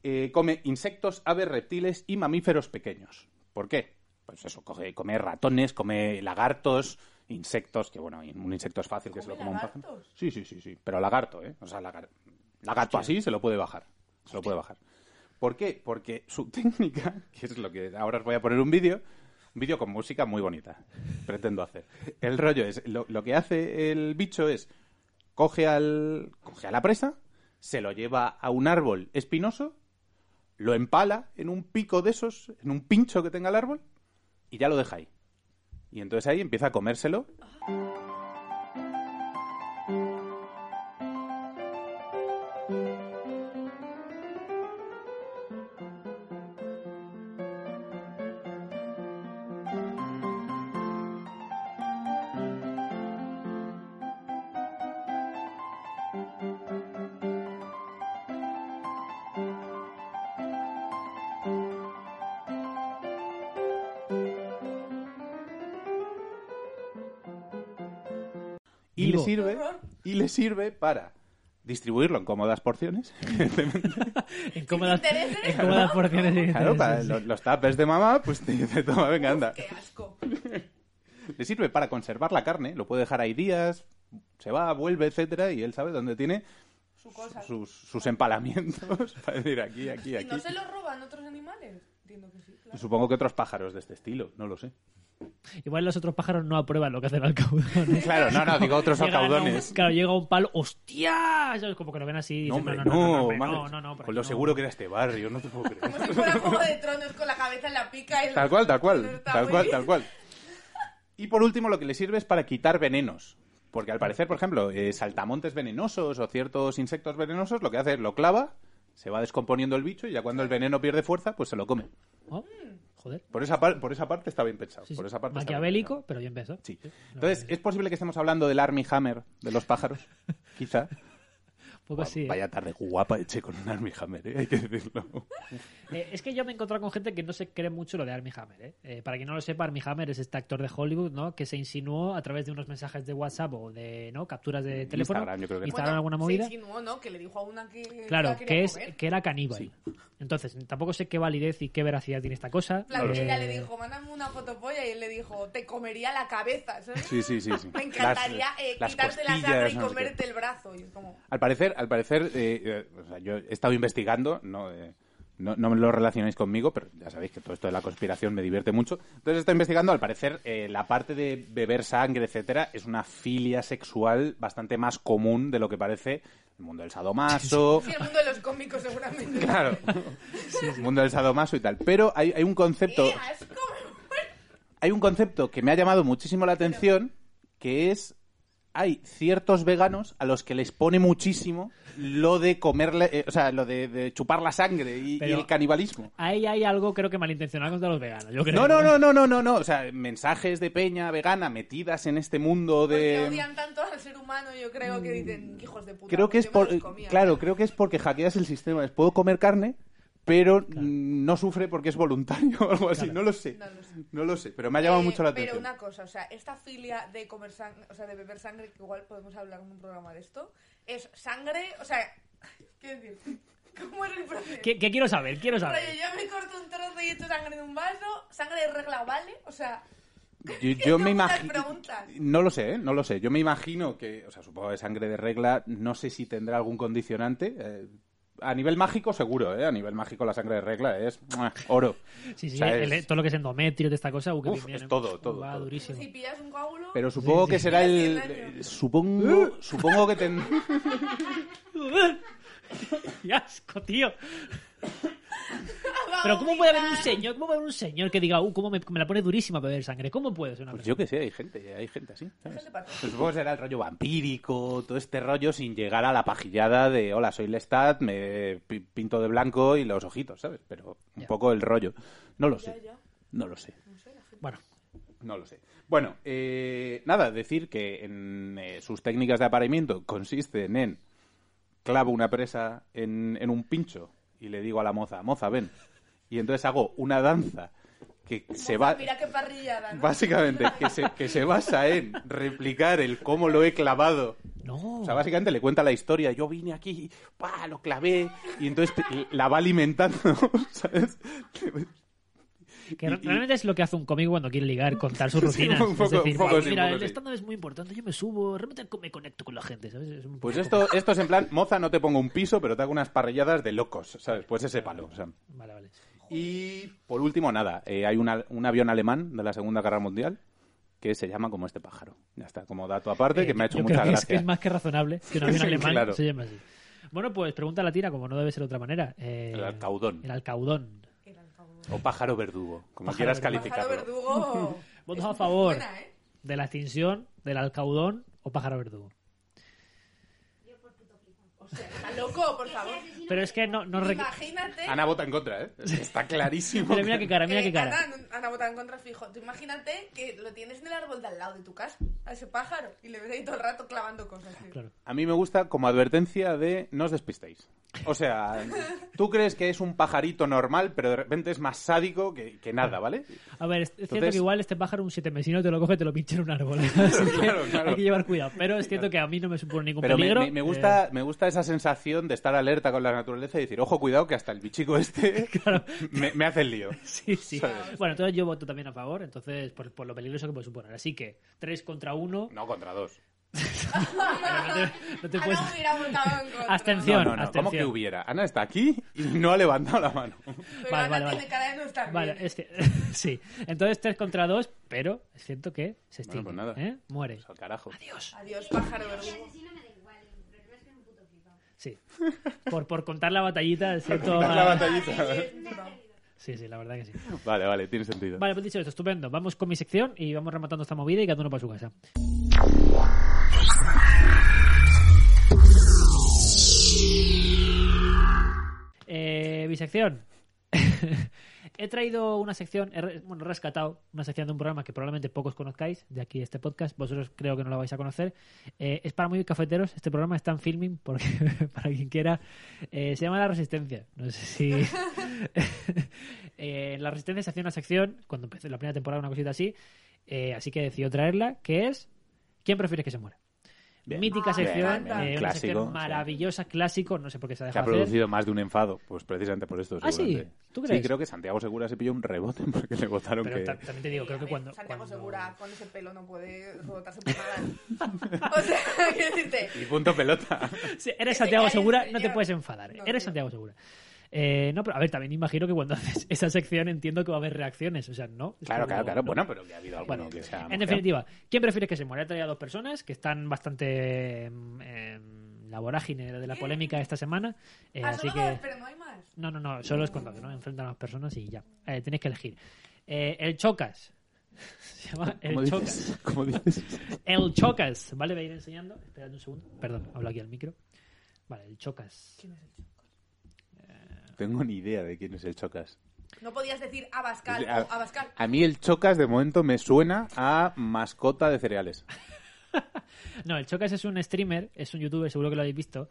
Eh, come insectos, aves, reptiles y mamíferos pequeños. ¿Por qué? Pues eso, coge- come ratones, come lagartos, insectos, que bueno, un insecto es fácil que se lo ¿Come coma un lagartos? pájaro. Sí, sí, sí, sí. Pero lagarto, ¿eh? O sea, lagar- lagarto así se lo puede bajar. Se lo puede bajar. ¿Por qué? Porque su técnica, que es lo que ahora os voy a poner un vídeo, un vídeo con música muy bonita, pretendo hacer. El rollo es, lo, lo que hace el bicho es, coge, al, coge a la presa, se lo lleva a un árbol espinoso, lo empala en un pico de esos, en un pincho que tenga el árbol, y ya lo deja ahí. Y entonces ahí empieza a comérselo. Y le, Vivo. sirve, ¡Qué horror! y le sirve para distribuirlo en cómodas porciones. En cómodas, intereses, en cómodas porciones. sin Claro, intereses, para sí. los, los tapes de mamá, pues te dice, toma, venga, anda. ¡Qué asco! Le sirve para conservar la carne, lo puede dejar ahí días, se va, vuelve, etcétera, y él sabe dónde tiene Su cosa. sus, sus empalamientos para decir aquí, aquí, ¿Y aquí. no se lo roban otros animales? Entiendo que sí, claro. Supongo que otros pájaros de este estilo, no lo sé. Igual los otros pájaros no aprueban lo que hace el alcaudón. Claro, no, no, digo otros Llegan a un- alcaudones. claro, llega un palo, ¡hostia! ¿Sabes? Como que lo ven así. y No, dicen, hombre, no, no, no, no, no, hombre, madre. no, no, no, por Con aquí lo no. seguro que era este barrio, no te puedo Como si creer. fuera Juego de Tronos con la cabeza en la pica y... Tal cual, tal cual, Está tal muy cual, bien. tal cual. Y por último, lo que le sirve es para quitar venenos. Porque al parecer, por ejemplo, eh, saltamontes venenosos o ciertos insectos venenosos, lo que hace es lo clava, se va descomponiendo el bicho y ya cuando el veneno pierde fuerza, pues se lo come. Oh, Joder. Por esa, par- por esa parte está bien pensado. Sí, sí. por esa parte está bien Maquiavélico, pero bien pensado. Sí. No, Entonces, ¿es posible que estemos hablando del Army Hammer de los pájaros? Quizá. un poco así. ¿eh? Vaya tarde guapa eché con un Army Hammer, ¿eh? hay que decirlo. Eh, es que yo me he encontrado con gente que no se cree mucho lo de Armie Hammer. ¿eh? Eh, para quien no lo sepa, Armie Hammer es este actor de Hollywood ¿no? que se insinuó a través de unos mensajes de WhatsApp o de no capturas de teléfono. Mm, Instagram, yo creo que no. Instagram, alguna Bueno, movida. Se insinuó, ¿no? Que le dijo a una que... que Claro, la quería que, es, comer. que era caníbal. Entonces, tampoco sé qué validez y qué veracidad tiene esta cosa. En plan, Eh, ella le dijo, mándame una fotopolla y él le dijo, te comería la cabeza. ¿sabes? Sí, sí, sí. sí. Me encantaría Las- eh, las quitarte la costillas, sangre y no sé qué. comerte el brazo. Y es como, Al parecer, al parecer eh, eh, o sea, yo he estado investigando, no, eh, No, no lo relacionáis conmigo, pero ya sabéis que todo esto de la conspiración me divierte mucho. Entonces está investigando, al parecer, eh, la parte de beber sangre, etcétera, es una filia sexual bastante más común de lo que parece el mundo del sadomaso, Sí, el mundo de los cómicos seguramente. Claro. El mundo del sadomaso y tal. Pero hay, hay un concepto. ¡Qué asco! Hay un concepto que me ha llamado muchísimo la atención, que es. Hay ciertos veganos a los que les pone muchísimo lo de comerle, eh, o sea, lo de, de chupar la sangre y, y Pero- el canibalismo. Ahí hay algo, creo que malintencionado contra los veganos. Yo creo. No, no, no, no, no, no, no. O sea, mensajes de peña vegana metidas en este mundo Porque de. Mm, odian tanto al ser humano, yo creo que dicen, hijos de puta. Creo que es yo me por. eh, los comía". Claro, creo que es porque hackeas el sistema. Es puedo comer carne, pero mm, no sufre porque es voluntario o algo así. No lo sé. No lo sé. No lo sé, pero me ha llamado Eh, mucho la Pero atención. una cosa, o sea, esta filia de comer sang- o sea, de beber sangre, que igual podemos hablar en un programa de esto, es sangre, o sea, quiero decir, ¿cómo es el proceso? ¿Qué, qué quiero saber? Quiero Rollo, saber. yo me corto un trozo y echo sangre en un vaso, sangre de regla, ¿vale? O sea, Yo, yo son me muchas imagino. preguntas. No lo sé, ¿eh? no lo sé. Yo me imagino que, o sea, supongo que sangre de regla, no sé si tendrá algún condicionante. eh, a nivel mágico, seguro, ¿eh? A nivel mágico, la sangre de regla es ¡mua! oro. Sí, sí, O sea, el- es- todo lo que es endometrio de esta cosa. uh, que Uf, bien es viene. todo, todo, Va todo. durísimo. si pillas un coágulo, Pero supongo sí. que será el. Hace daño. eh, Supongo, supongo que tendrá. ¡Qué asco, tío! Pero ¿cómo puede haber un señor? ¿Cómo puede haber un señor que diga, uh, cómo me, me la pone durísima beber sangre? ¿Cómo puede ser una Pues persona? yo que sé, hay gente, hay gente así. ¿sabes? gente pasa. Pues supongo que será el rollo vampírico, todo este rollo sin llegar a la pajillada de hola, soy Lestat, me pi- pinto de blanco y los ojitos, ¿sabes? Pero un Ya. poco el rollo. No lo sé. ya. No lo sé. Bueno, No lo sé. Bueno, eh, nada, decir que en, eh, sus técnicas de apareamiento consisten en clavo una presa en, en un pincho y le digo a la moza, moza, ven. Y entonces hago una danza que se va... mira qué parrillada, ¿no? Básicamente, que se, que se basa en replicar el cómo lo he clavado. no. O sea, básicamente le cuenta la historia. Yo vine aquí, pa, lo clavé. Y entonces te- la va alimentando, ¿sabes? que y- re- y- realmente es lo que hace un cómico cuando quiere ligar, contar sus rutinas. un poco- es decir, un poco "Guau, sí, un mira, poco el sí". stand-up es muy importante, yo me subo, realmente co- me conecto con la gente, ¿sabes? Es un Pues poco- esto, esto es en plan, moza, no te pongo un piso, pero te hago unas parrilladas de locos, ¿sabes? Pues ese palo. o sea. Vale, vale. Y por último, nada, eh, hay una- un avión alemán de la Segunda Guerra Mundial que se llama como este pájaro. Ya está, como dato aparte, Eh, que me ha hecho yo mucha creo que es, gracia. que es más que razonable que un avión Sí, alemán claro. se llame así. Bueno, pues pregunta la tira, como no debe ser de otra manera. Eh, El alcaudón. El alcaudón. O pájaro verdugo, como Pájaro quieras verdugo. Pájaro calificarlo. verdugo. Votos es a muy favor. buena, ¿eh? ¿De la extinción, del alcaudón o pájaro verdugo? O sea, está loco, por favor. Pero es que no... no re- Imagínate. Ana vota en contra, ¿eh? Está clarísimo. Pero mira qué cara, mira Eh, qué cara. Ana, Ana vota en contra fijo. Tú imagínate que lo tienes en el árbol de al lado de tu casa, a ese pájaro, y le ves ahí todo el rato clavando cosas. tío. Claro. A mí me gusta como advertencia de no os despistéis. O sea, tú crees que es un pajarito normal, pero de repente es más sádico que, que nada, ¿vale? A ver, es es cierto Entonces- que igual este pájaro un siete mesino te lo coge y te lo pincha en un árbol. Así que Claro, claro. hay que llevar cuidado. Pero es cierto que a mí no me supone ningún Pero me, peligro. Eh, me- me gusta, me gusta esa sensación de estar alerta con la naturaleza y decir, ojo, cuidado, que hasta el bichico este me, me hace el lío. Sí, sí. ¿Sabes? Bueno, entonces yo voto también a favor, entonces por, por lo peligroso que puede suponer. Así que 3 contra 1. No, contra dos. No te, no te Ana puedes... hubiera votado en contra. Abstención. No, no, no. ¿Cómo abstención. que hubiera? Ana está aquí y no ha levantado la mano. Pero Vale, Ana vale, vale. tiene cara de no estar Vale, bien. es que... sí. Entonces 3 contra 2, pero es cierto que se extingue. Bueno, pues nada. ¿eh? Muere. Pues al carajo. Adiós. Adiós, pájaro El verdugo. asesino me da igual, el problema es que es un puto flipado. Sí. Por, por contar la batallita, es cierto. contar la ah, batallita. Sí, sí, la verdad que sí. Vale, vale, tiene sentido. Vale, pues dicho esto, estupendo. Vamos con mi sección y vamos rematando esta movida y cada uno para su casa. Eh, mi sección. he traído una sección, he re- bueno, he rescatado una sección de un programa que probablemente pocos conozcáis de aquí este podcast. Vosotros creo que no la vais a conocer. Eh, es para muy cafeteros. Este programa está en filming porque para quien quiera eh, se llama La Resistencia. No sé si Eh, la Resistencia se hacía una sección cuando empecé la primera temporada, una cosita así. eh, así que decidió traerla, que es ¿Quién prefieres que se muera? Bien. Mítica Ah, me sección, encanta. eh, una Clásico, sección sí. maravillosa, clásico, no sé por qué se ha Se ha dejado hacer. producido más de un enfado, pues precisamente por esto. Ah, sí. seguramente. ¿Tú crees? Sí, creo que Santiago Segura se pilló un rebote porque le votaron Pero que... ta- también te digo, creo que Eh, cuando... Santiago cuando- Segura con ese pelo no puede votarse por nada. o sea, quiero decirte. Y punto pelota. Sí, eres Ese Santiago cae el Segura, no te señor. puedes enfadar. No, eres tío. Santiago Segura. Eh, no, pero a ver, también imagino que cuando haces esa sección entiendo que va a haber reacciones. O sea, no. es Claro, como- claro, claro. no. Bueno, pero que ha habido alguno Bueno, que sea En mujer. definitiva, ¿quién prefieres que se muera? He traído a dos personas que están bastante em, em, la vorágine de la polémica esta semana. eh, Ah, así solo que. dos, pero no hay más. No, no, no, solo es cuando ¿no? enfrentan a las personas y ya. Eh, tenéis que elegir. Eh, el Chocas. Se llama ¿Cómo El Chocas. dices? ¿Cómo dices? El Chocas. Vale, voy a ir enseñando. Esperad un segundo. Perdón, hablo aquí al micro. Vale, el Chocas. ¿Quién es el chico? Tengo ni idea de quién es el Chocas. No podías decir Abascal A- o Abascal. A mí el Chocas de momento me suena a mascota de cereales. No, el Chocas es un streamer, es un youtuber, seguro que lo habéis visto,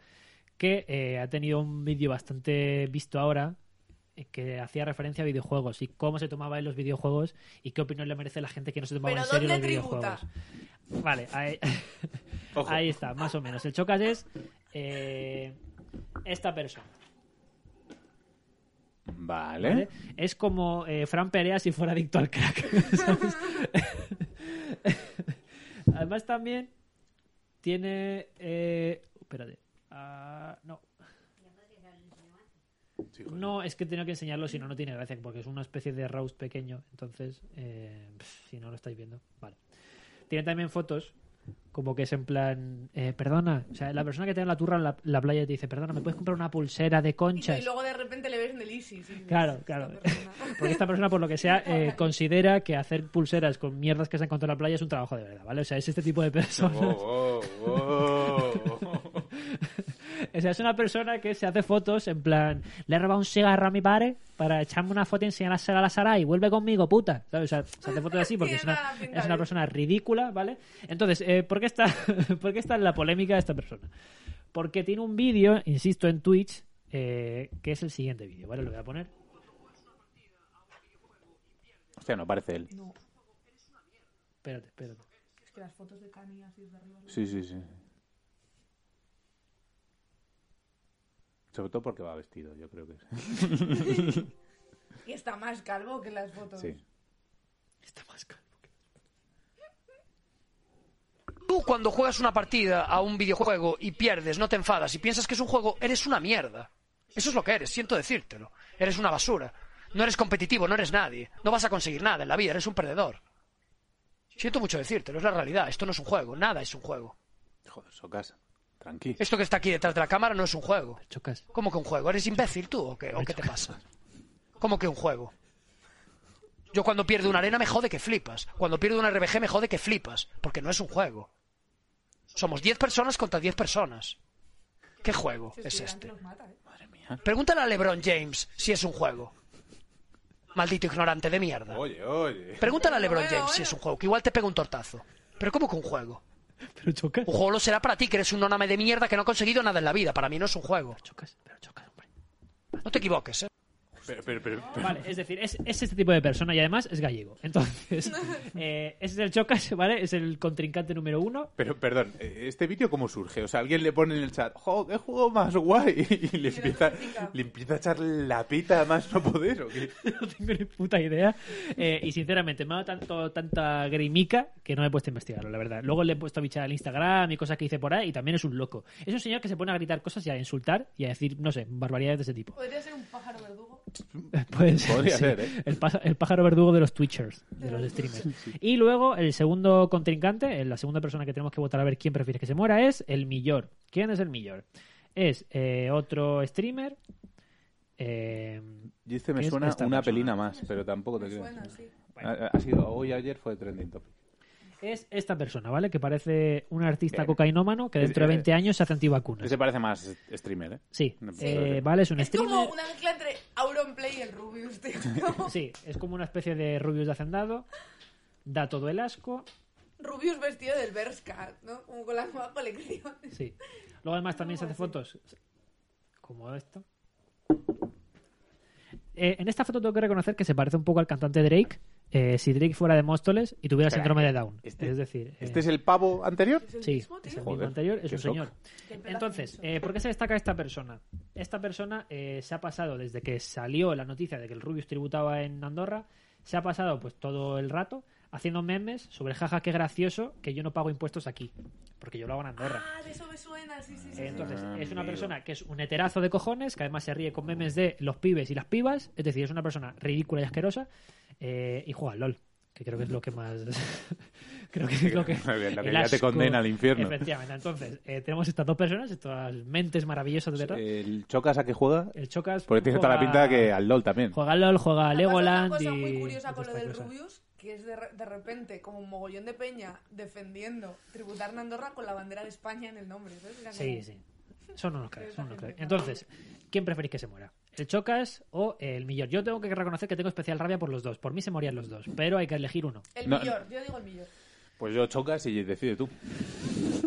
que eh, ha tenido un vídeo bastante visto ahora eh, que hacía referencia a videojuegos y cómo se tomaba en los videojuegos y qué opinión le merece la gente que no se tomaba Pero en serio ¿dónde los tributa? videojuegos. Vale, ahí, Ojo. ahí está, más o menos. El Chocas es eh, esta persona. Vale. ¿vale? Es como eh, Fran Perea si fuera adicto al crack. ¿sabes? Además también tiene... Eh, espérate. ah, no. No, es que tengo que enseñarlo, si no, no tiene gracia, porque es una especie de roast pequeño. Entonces, eh, pf, si no lo estáis viendo, vale. Tiene también fotos, como que es en plan, eh, perdona, o sea, la persona que te da la turra en la, la playa te dice, perdona, ¿me puedes comprar una pulsera de Y, conchas? y luego de repente le ves en el ISIS. y dices, Claro, "Esta claro. persona". Porque esta persona, por lo que sea, eh, considera que hacer pulseras con mierdas que se han encontrado en la playa es un trabajo de verdad, ¿vale? O sea, es este tipo de personas. Oh, oh, oh. O sea, es una persona que se hace fotos en plan, le he robado un cigarro a mi padre para echarme una foto y enseñársela a la Sara y vuelve conmigo, puta. ¿Sabes? O sea, se hace fotos así porque es una, Tiene pinta es una de- persona ridícula, ¿vale? Entonces, eh, ¿por, qué está, ¿por qué está en la polémica de esta persona? Porque tiene un vídeo, insisto, en Twitch, eh, que es el siguiente vídeo, ¿vale? Lo voy a poner. Hostia, no parece él. No, Espérate, espérate. es que las fotos de Cani así de arriba. Sí, sí, sí. Sobre todo porque va vestido, yo creo que es. Y está más calvo que las fotos. Sí. Está más calvo. Tú cuando juegas una partida a un videojuego y pierdes, no te enfadas y piensas que es un juego, eres una mierda. Eso es lo que eres, siento decírtelo. Eres una basura. No eres competitivo, no eres nadie. No vas a conseguir nada en la vida, eres un perdedor. Siento mucho decírtelo, es la realidad. Esto no es un juego, nada es un juego. Joder, Socas. Tranqui. Esto que está aquí detrás de la cámara no es un juego. Chocas. ¿Cómo que un juego? ¿Eres imbécil tú o qué, o qué te pasa? ¿Cómo que un juego? Yo cuando pierdo una arena me jode que flipas. Cuando pierdo una RBG me jode que flipas. Porque no es un juego. Somos 10 personas contra 10 personas. ¿Qué juego Si es estuvieran, te este? los mata, ¿eh? Madre mía. Pregúntale a LeBron James si es un juego. Maldito ignorante de mierda. Oye, oye. Pregúntale a LeBron Bueno, James si bueno. es un juego, que igual te pega un tortazo. Pero ¿cómo que un juego? Pero chocas. Un juego lo será para ti, que eres un oname de mierda que no ha conseguido nada en la vida. Para mí no es un juego. Chocas, pero chocas, hombre. No te equivoques, ¿eh? Pero, pero, pero- pero- Vale, es decir, es, es este tipo de persona y además es gallego. Entonces, eh, ese es el Chocas, ¿vale? Es el contrincante número uno. pero, perdón, eh, ¿este vídeo cómo surge? O sea, alguien le pone en el chat, ¡jo, qué juego más guay! Y le lo empieza, critica. le empieza a echar la pita más no poder, ¿o qué? No tengo ni puta idea. Eh, y sinceramente, me ha dado tanto, tanta grimica que no me he puesto a investigarlo, la verdad. Luego le he puesto a bichar al Instagram y cosas que hice por ahí y también es un loco. Es un señor que se pone a gritar cosas y a insultar y a decir, no sé, barbaridades de ese tipo. Podría ser un pájaro verdugo. Puede ser, Pues, Podría sí. ser, ¿eh? el, pasa- el pájaro verdugo de los Twitchers, de los streamers. Y luego, el segundo contrincante, eh, la segunda persona que tenemos que votar a ver quién prefieres que se muera es el Millor. ¿Quién es el Millor? Es eh, otro streamer. eh, Y este me ¿Qué es suena esta una persona? pelina más, pero tampoco te Me creo. suena, sí. Ha, ha sido hoy, ayer fue trending topic. es esta persona, ¿vale? Que parece un artista Bien. cocainómano que dentro de Ese- 20 años se hace antivacunas. Ese Este parece más streamer, ¿eh? Sí, Sí. eh, ¿vale? Es un Es streamer. como una mezcla entre Auronplay y el Rubius, tío. Sí, es como una especie de Rubius de Hacendado. Da todo el asco. Rubius vestido del Berska, ¿no? Como con la nueva colección. Sí. Luego además también se hace fotos como esto. Eh, en esta foto tengo que reconocer que se parece un poco al cantante Drake. eh, si Drake fuera de Móstoles y tuviera Espera, síndrome de Down. este- es decir, eh, ¿Este es el pavo anterior? Es el sí, mismo, es el tío. mismo Joder, anterior, es qué un shock. señor. Qué pelazo Entonces, mucho. eh, ¿por qué se destaca esta persona? Esta persona eh, se ha pasado desde que salió la noticia de que el Rubius tributaba en Andorra, se ha pasado pues todo el rato haciendo memes sobre jaja qué gracioso que yo no pago impuestos aquí, porque yo lo hago en Andorra. Ah, de eso me suena, sí, sí, sí. sí. Eh, Entonces, Ah, es una amigo. persona que es un heterazo de cojones, que además se ríe con memes de los pibes y las pibas, es decir, es una persona ridícula y asquerosa, eh, y juega al LOL, que creo que es lo que más... creo que es lo que... Muy bien, lo que el ya te asco. condena al infierno. Efectivamente, entonces, eh, tenemos estas dos personas, estas mentes maravillosas de terror. ¿El Chocas a qué juega? El Chocas... Porque tiene toda la juega- pinta que al LOL también. Juega al LOL, juega a Ha pasado Legoland Una cosa y... muy curiosa con toda lo esta del cosa. Rubius, que es de, re- de repente como un mogollón de peña defendiendo tributar en Andorra con la bandera de España en el nombre. ¿sabes? Era Sí, como- sí. Son unos cracks, son unos cracks. Entonces, ¿quién preferís que se muera? ¿El Chocas o el Millor? Yo tengo que reconocer que tengo especial rabia por los dos. Por mí se morían los dos, pero hay que elegir uno. El No. millor, yo digo el millor. Pues yo Chocas y decide tú.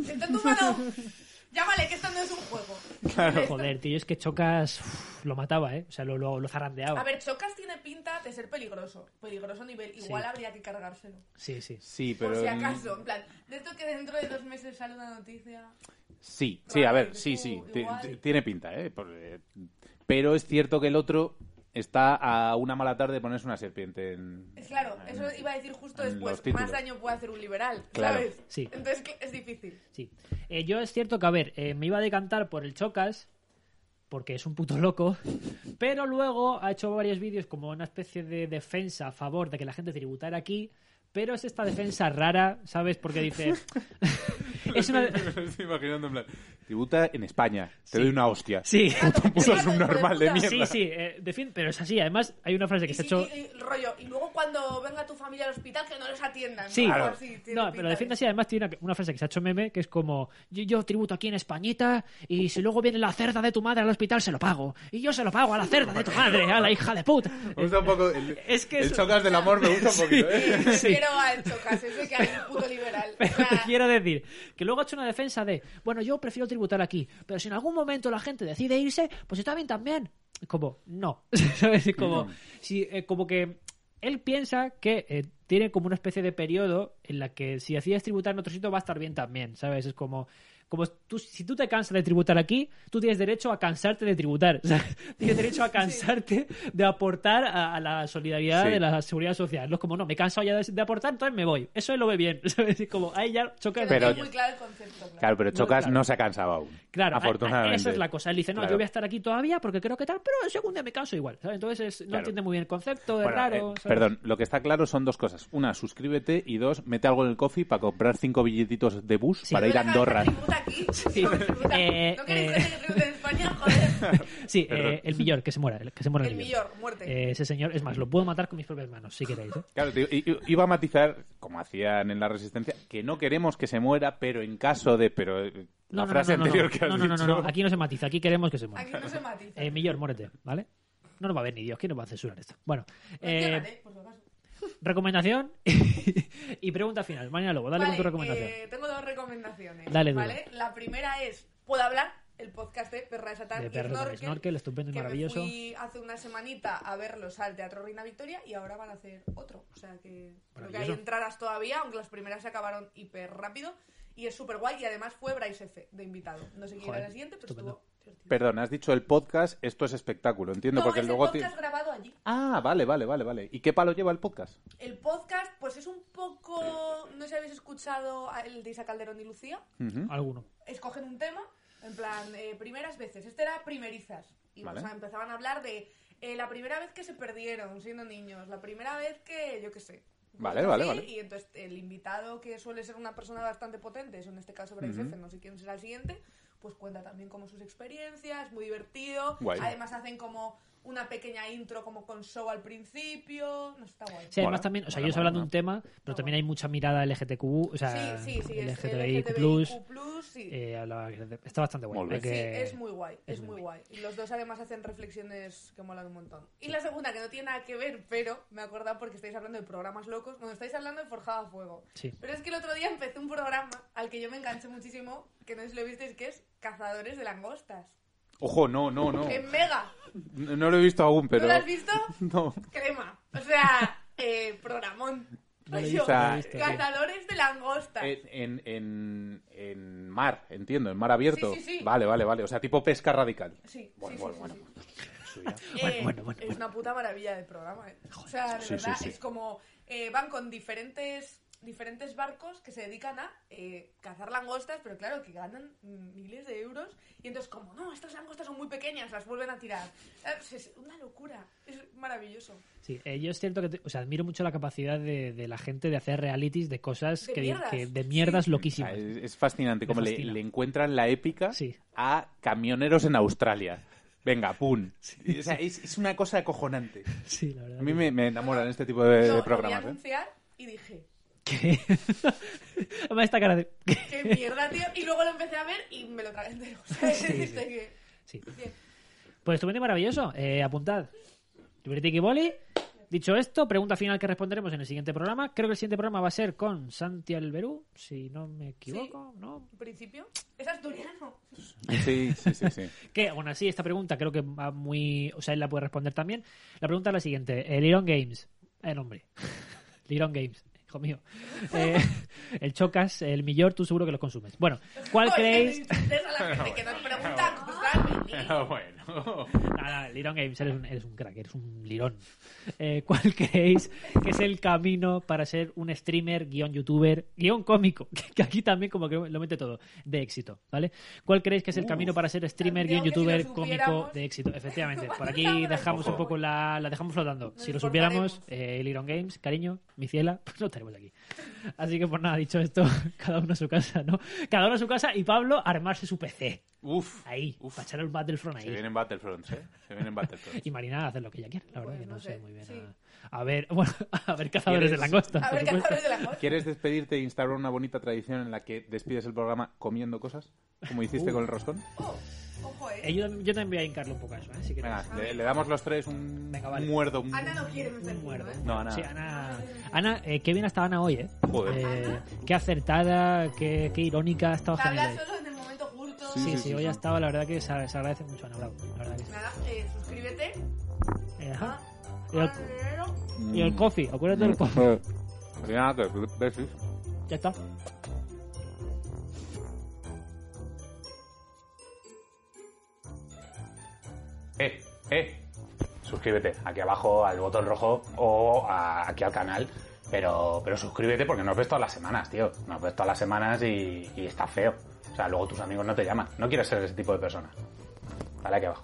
¡Está en tu mano! Llámale, que esto no es un juego. Esto- Joder, tío, es que Chocas uf, lo mataba, ¿eh? O sea, lo, lo, lo zarandeaba. A ver, Chocas tiene pinta de ser peligroso. Peligroso nivel. Igual Sí. habría que cargárselo. Sí, sí. Sí, pero... Por si mm, acaso, en plan, de esto que dentro de dos meses sale una noticia. Sí, sí, a ver, Vale, pues sí, tú sí. ti- igual. ti- Tiene pinta, ¿eh? Por- eh, Pero es cierto que el otro está a una mala tarde de ponerse una serpiente en... Ah, Es claro, eso iba a decir justo Los después. títulos. Más daño puede hacer un liberal, Claro. ¿sabes? Sí. Entonces que es difícil. Sí. Eh, yo es cierto que, a ver, eh, me iba a decantar por el Chocas, porque es un puto loco, pero luego ha hecho varios vídeos como una especie de defensa a favor de que la gente tributara aquí, pero es esta defensa rara, ¿sabes? Porque dice... es una... Me estoy imaginando en plan... Tributa en España. Sí. Te doy una hostia. Sí. Puto es un normal de mierda. Sí, sí, eh, de fin, pero es así. Además, hay una frase que Y, se ha sí, hecho... y- y rollo, y luego cuando venga tu familia al hospital que no los atiendan. Sí, ¿no? Claro. Así, tiene No, pinta pero de- de fin, así además tiene una, una frase que se ha hecho meme que es como yo, yo tributo aquí en Españita y si luego viene la cerda de tu madre al hospital se lo pago y yo se lo pago a la cerda de tu madre a la hija de puta. Me gusta un poco... El, Es que el es- Chocas del amor me gusta un poquito, ¿eh? Eh, Sí. Prefiero al Chocas, ese que al puto liberal. O Pero sea, te quiero decir que luego ha hecho una defensa de, bueno, yo prefiero tributar aquí, pero si en algún momento la gente decide irse, pues está bien también. Como, no. ¿Sabes? Es Como, si, eh, como que él piensa que eh, tiene como una especie de periodo en la que si decides tributar en otro sitio va a estar bien también, ¿sabes? Es como... Como tú, si tú te cansas de tributar aquí, tú tienes derecho a cansarte de tributar. ¿sabes? Tienes derecho a cansarte de aportar a, a la solidaridad Sí. de la seguridad social. No es como, no, me he cansado ya de, de aportar, entonces me voy. Eso él lo ve bien. ¿sabes? Es como, ahí ya choca. que no de Pero- tengo niños. muy claro el concepto. claro. Claro, pero No, Chocas no, claro. se ha cansado aún. Claro, a- a- afortunadamente. esa es la cosa. Él dice, no, Claro. yo voy a estar aquí todavía porque creo que tal, pero el segundo día me canso igual. ¿sabes? Entonces es- no Claro. entiende muy bien el concepto, es Bueno, raro. eh, ¿sabes? perdón, lo que está claro son dos cosas. Una, suscríbete y dos, mete algo en el coffee para comprar cinco billetitos de bus Sí. para ir a Pero venga, que tributa Andorra. aquí, Sí. que tributa- Eh, ¿No queréis eh. gente que tribute en España? Joder. Sí, Perdón. eh, el millor, que se muera, el- que se muera el, El millor, muerte. Eh, ese señor, es más, lo puedo matar con mis propias manos, si queréis. ¿eh? Claro, te- i- i- iba a matizar, como hacían en la Resistencia, que no queremos que se muera, pero en caso de... Pero eh, la No, no, frase no, no, no, no, anterior que has no, no, no, dicho... no, aquí no se matiza, aquí queremos que se muera. Aquí no se matiza. Eh, millor, muérete, ¿vale? No nos va a ver ni Dios, ¿quién nos va a censurar esto? Bueno, eh, Entiéndale, Pues por si acaso. recomendación y pregunta final. Mañana Lobo, dale con Vale, tu recomendación. eh, tengo dos recomendaciones. Dale, duro. ¿vale? La primera es Puedo hablar, el podcast de Perra de Satán De y Perra de Satán y Snorkel, Snorkel, estupendo y que me maravilloso. fui hace una semanita a verlos al Teatro Reina Victoria y ahora van a hacer otro. O sea que creo que hay Maravilloso. entradas todavía, aunque las primeras se acabaron hiper rápido. Y es súper guay y además fue Bryce F de invitado. No sé quién Joder, era el siguiente, pero estupendo. estuvo divertido. Perdón, has dicho el podcast, esto es espectáculo, entiendo, no, porque es el luego... ti- podcast grabado allí. Ah, vale, vale, vale, vale. ¿Y qué palo lleva el podcast? El podcast, pues es un poco... No sé si habéis escuchado a- el de Isa Calderón y Lucía. Ujú. Alguno. escogen un tema, en plan, eh, primeras veces. Este era primerizas. Y Vale. o sea, empezaban a hablar de eh, la primera vez que se perdieron siendo niños, la primera vez que, yo qué sé. Vale, Cosas vale, así, vale. Y entonces el invitado, que suele ser una persona bastante potente, eso en este caso Bryce F, no sé quién será el siguiente, pues cuenta también como sus experiencias, muy divertido. Guay. Además hacen como una pequeña intro como con show al principio. No sé, está guay. Sí, Mola, además también, o sea, mola, ellos mola, hablan de mola. un tema, pero también hay mucha mirada LGTQ, o sea, sí, sí, sí, es LGTBIQ+, LGTBIQ+, sí. eh, habla- está bastante Molt bueno. bé. hay que- Sí, es muy guay, es, muy guay. Y los dos además hacen reflexiones que molan un montón. Y la segunda, que no tiene nada que ver, pero me acuerdo porque estáis hablando de programas locos, bueno, estáis hablando de Forjado a Fuego. Sí. Pero es que el otro día empecé un programa al que yo me enganché muchísimo, que no sé si lo visteis, que es Cazadores de Langostas. Ojo, no, no, no. En Mega. No no lo he visto aún, Oh. pero... ¿No Em, lo has visto? No. Crema. O sea, eh, programón. No lo he Rollo, visto, no lo he visto. Cazadores de Langostas. En, en, en, en mar, entiendo, en mar abierto. Sí, sí, sí. Vale, vale, vale. O sea, tipo pesca radical. Sí, sí, Bueno, sí, bueno, sí, bueno. sí. Suya. Bueno, Eh, bueno, bueno, Es una puta maravilla de programa, ¿eh? O sea, de Sí, sí, verdad, sí. es como eh, van con diferentes diferentes barcos que se dedican a eh, cazar langostas, pero claro, que ganan miles de euros. Y entonces, como, no, estas langostas son muy pequeñas, las vuelven a tirar. Es es una locura, es maravilloso. Sí, eh, yo es cierto que te- o sea, admiro mucho la capacidad de, de la gente de hacer realities de cosas De que, mierdas. que- de mierdas O sea, loquísimas. es, es fascinante Me cómo le- fascina. Le, encuentran la épica Sí. a camioneros en Australia. Venga, pum. O sea, es, es una cosa acojonante. Sí, la verdad. A mí que- me, me enamoran este tipo de, Yo de lo programas. vi ¿eh? anunciar y dije, ¿Qué? Además, esta cara de. qué mierda, tío. Y luego lo empecé a ver y me lo tragué entero. O sea, Sí, sí. es que- Sí. Bien. Pues estupendo y maravilloso. Eh, apuntad. Tiburiti y Boli. Dicho esto, pregunta final que responderemos en el siguiente programa. Creo que el siguiente programa va a ser con Santi Alberú, si no me equivoco, ¿no? En principio, es asturiano. ¿eh? Sí, sí, sí. sí. Que aún así, esta pregunta creo que va muy. O sea, él la puede responder también. La pregunta es la siguiente: El Iron Games. Eh, nombre. Liron Games, hijo mío. Eh, el Chocas, el Millor, tú seguro que los consumes. Bueno, ¿cuál Porque creéis? me interesa la gente que nos pregunta cosas. Pero bueno. Nada, nada, Lirón Games, eres un, eres un crack, eres un lirón. Eh, ¿Cuál creéis que es el camino para ser un streamer, guión youtuber, guión cómico? Que, que aquí también como que lo mete todo, de éxito, ¿vale? ¿Cuál creéis que es el camino para ser streamer, guión Santiago, que si youtuber, lo cómico, supiéramos. de éxito? Efectivamente, por Vamos aquí a dejamos ver. un poco la, la dejamos flotando. Nos Si lo supiéramos, informaremos. eh, Lirón Games, cariño, mi ciela, pues no estaremos aquí. Así que por nada, dicho esto, cada uno a su casa, ¿no? Cada uno a su casa y Pablo a armarse su PC. Uf. Ahí, uf. para echar el Battlefront ahí. Se vienen Battlefronts, ¿eh? Se vienen Battlefronts. Y Marina hace lo que ella quiere, la verdad Pues que no, no sé, sé, muy bien. sí. A, a ver, bueno, a ver cazadores de ¿Quieres- langosta. A por ver, supuesto. cazadores de la voz. ¿Quieres despedirte e instaurar una bonita tradición en la que despides el programa comiendo cosas? Como hiciste con el roscón. Oh, ojo, eh. Eh, yo, también- yo también voy a hincarle un poco a eso, ¿eh? Si queréis. Venga, le, le damos los tres un Venga, vale. muerdo. un- Ana no quiere meter Un muerdo. ¿eh? No, Ana. Sí, Ana. Ana, eh, qué bien ha estado Ana hoy, ¿eh? Joder. Eh, Qué acertada, qué, qué irónica, ha estado genial. Habla hoy. solo en el momento justo. Sí, sí, sí, hoy sí. ha estado, la verdad que se, se agradece mucho, Ana Bravo. La verdad que sí. Nada, eh, suscríbete. Eh, Ah, ajá. Y el, ah, Mm. y el coffee, acuérdate del coffee. Eh, pues, Nada, que- besis. Ya está. Eh, eh. Suscríbete aquí abajo al botón rojo o a- aquí al canal. Pero, pero suscríbete porque nos ves todas las semanas, tío. Nos ves todas las semanas y, y está feo. O sea, luego tus amigos no te llaman. No quieres ser ese tipo de persona. Dale aquí abajo.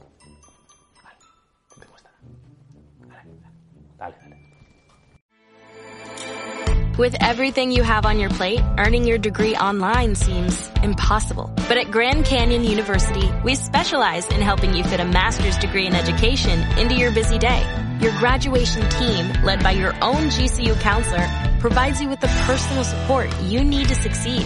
Vale, no te cuesta nada. Dale, dale. dale. With everything you have on your plate, earning your degree online seems impossible. But at Grand Canyon University, we specialize in helping you fit a master's degree in education into your busy day. Your graduation team, led by your own GCU counselor, provides you with the personal support you need to succeed.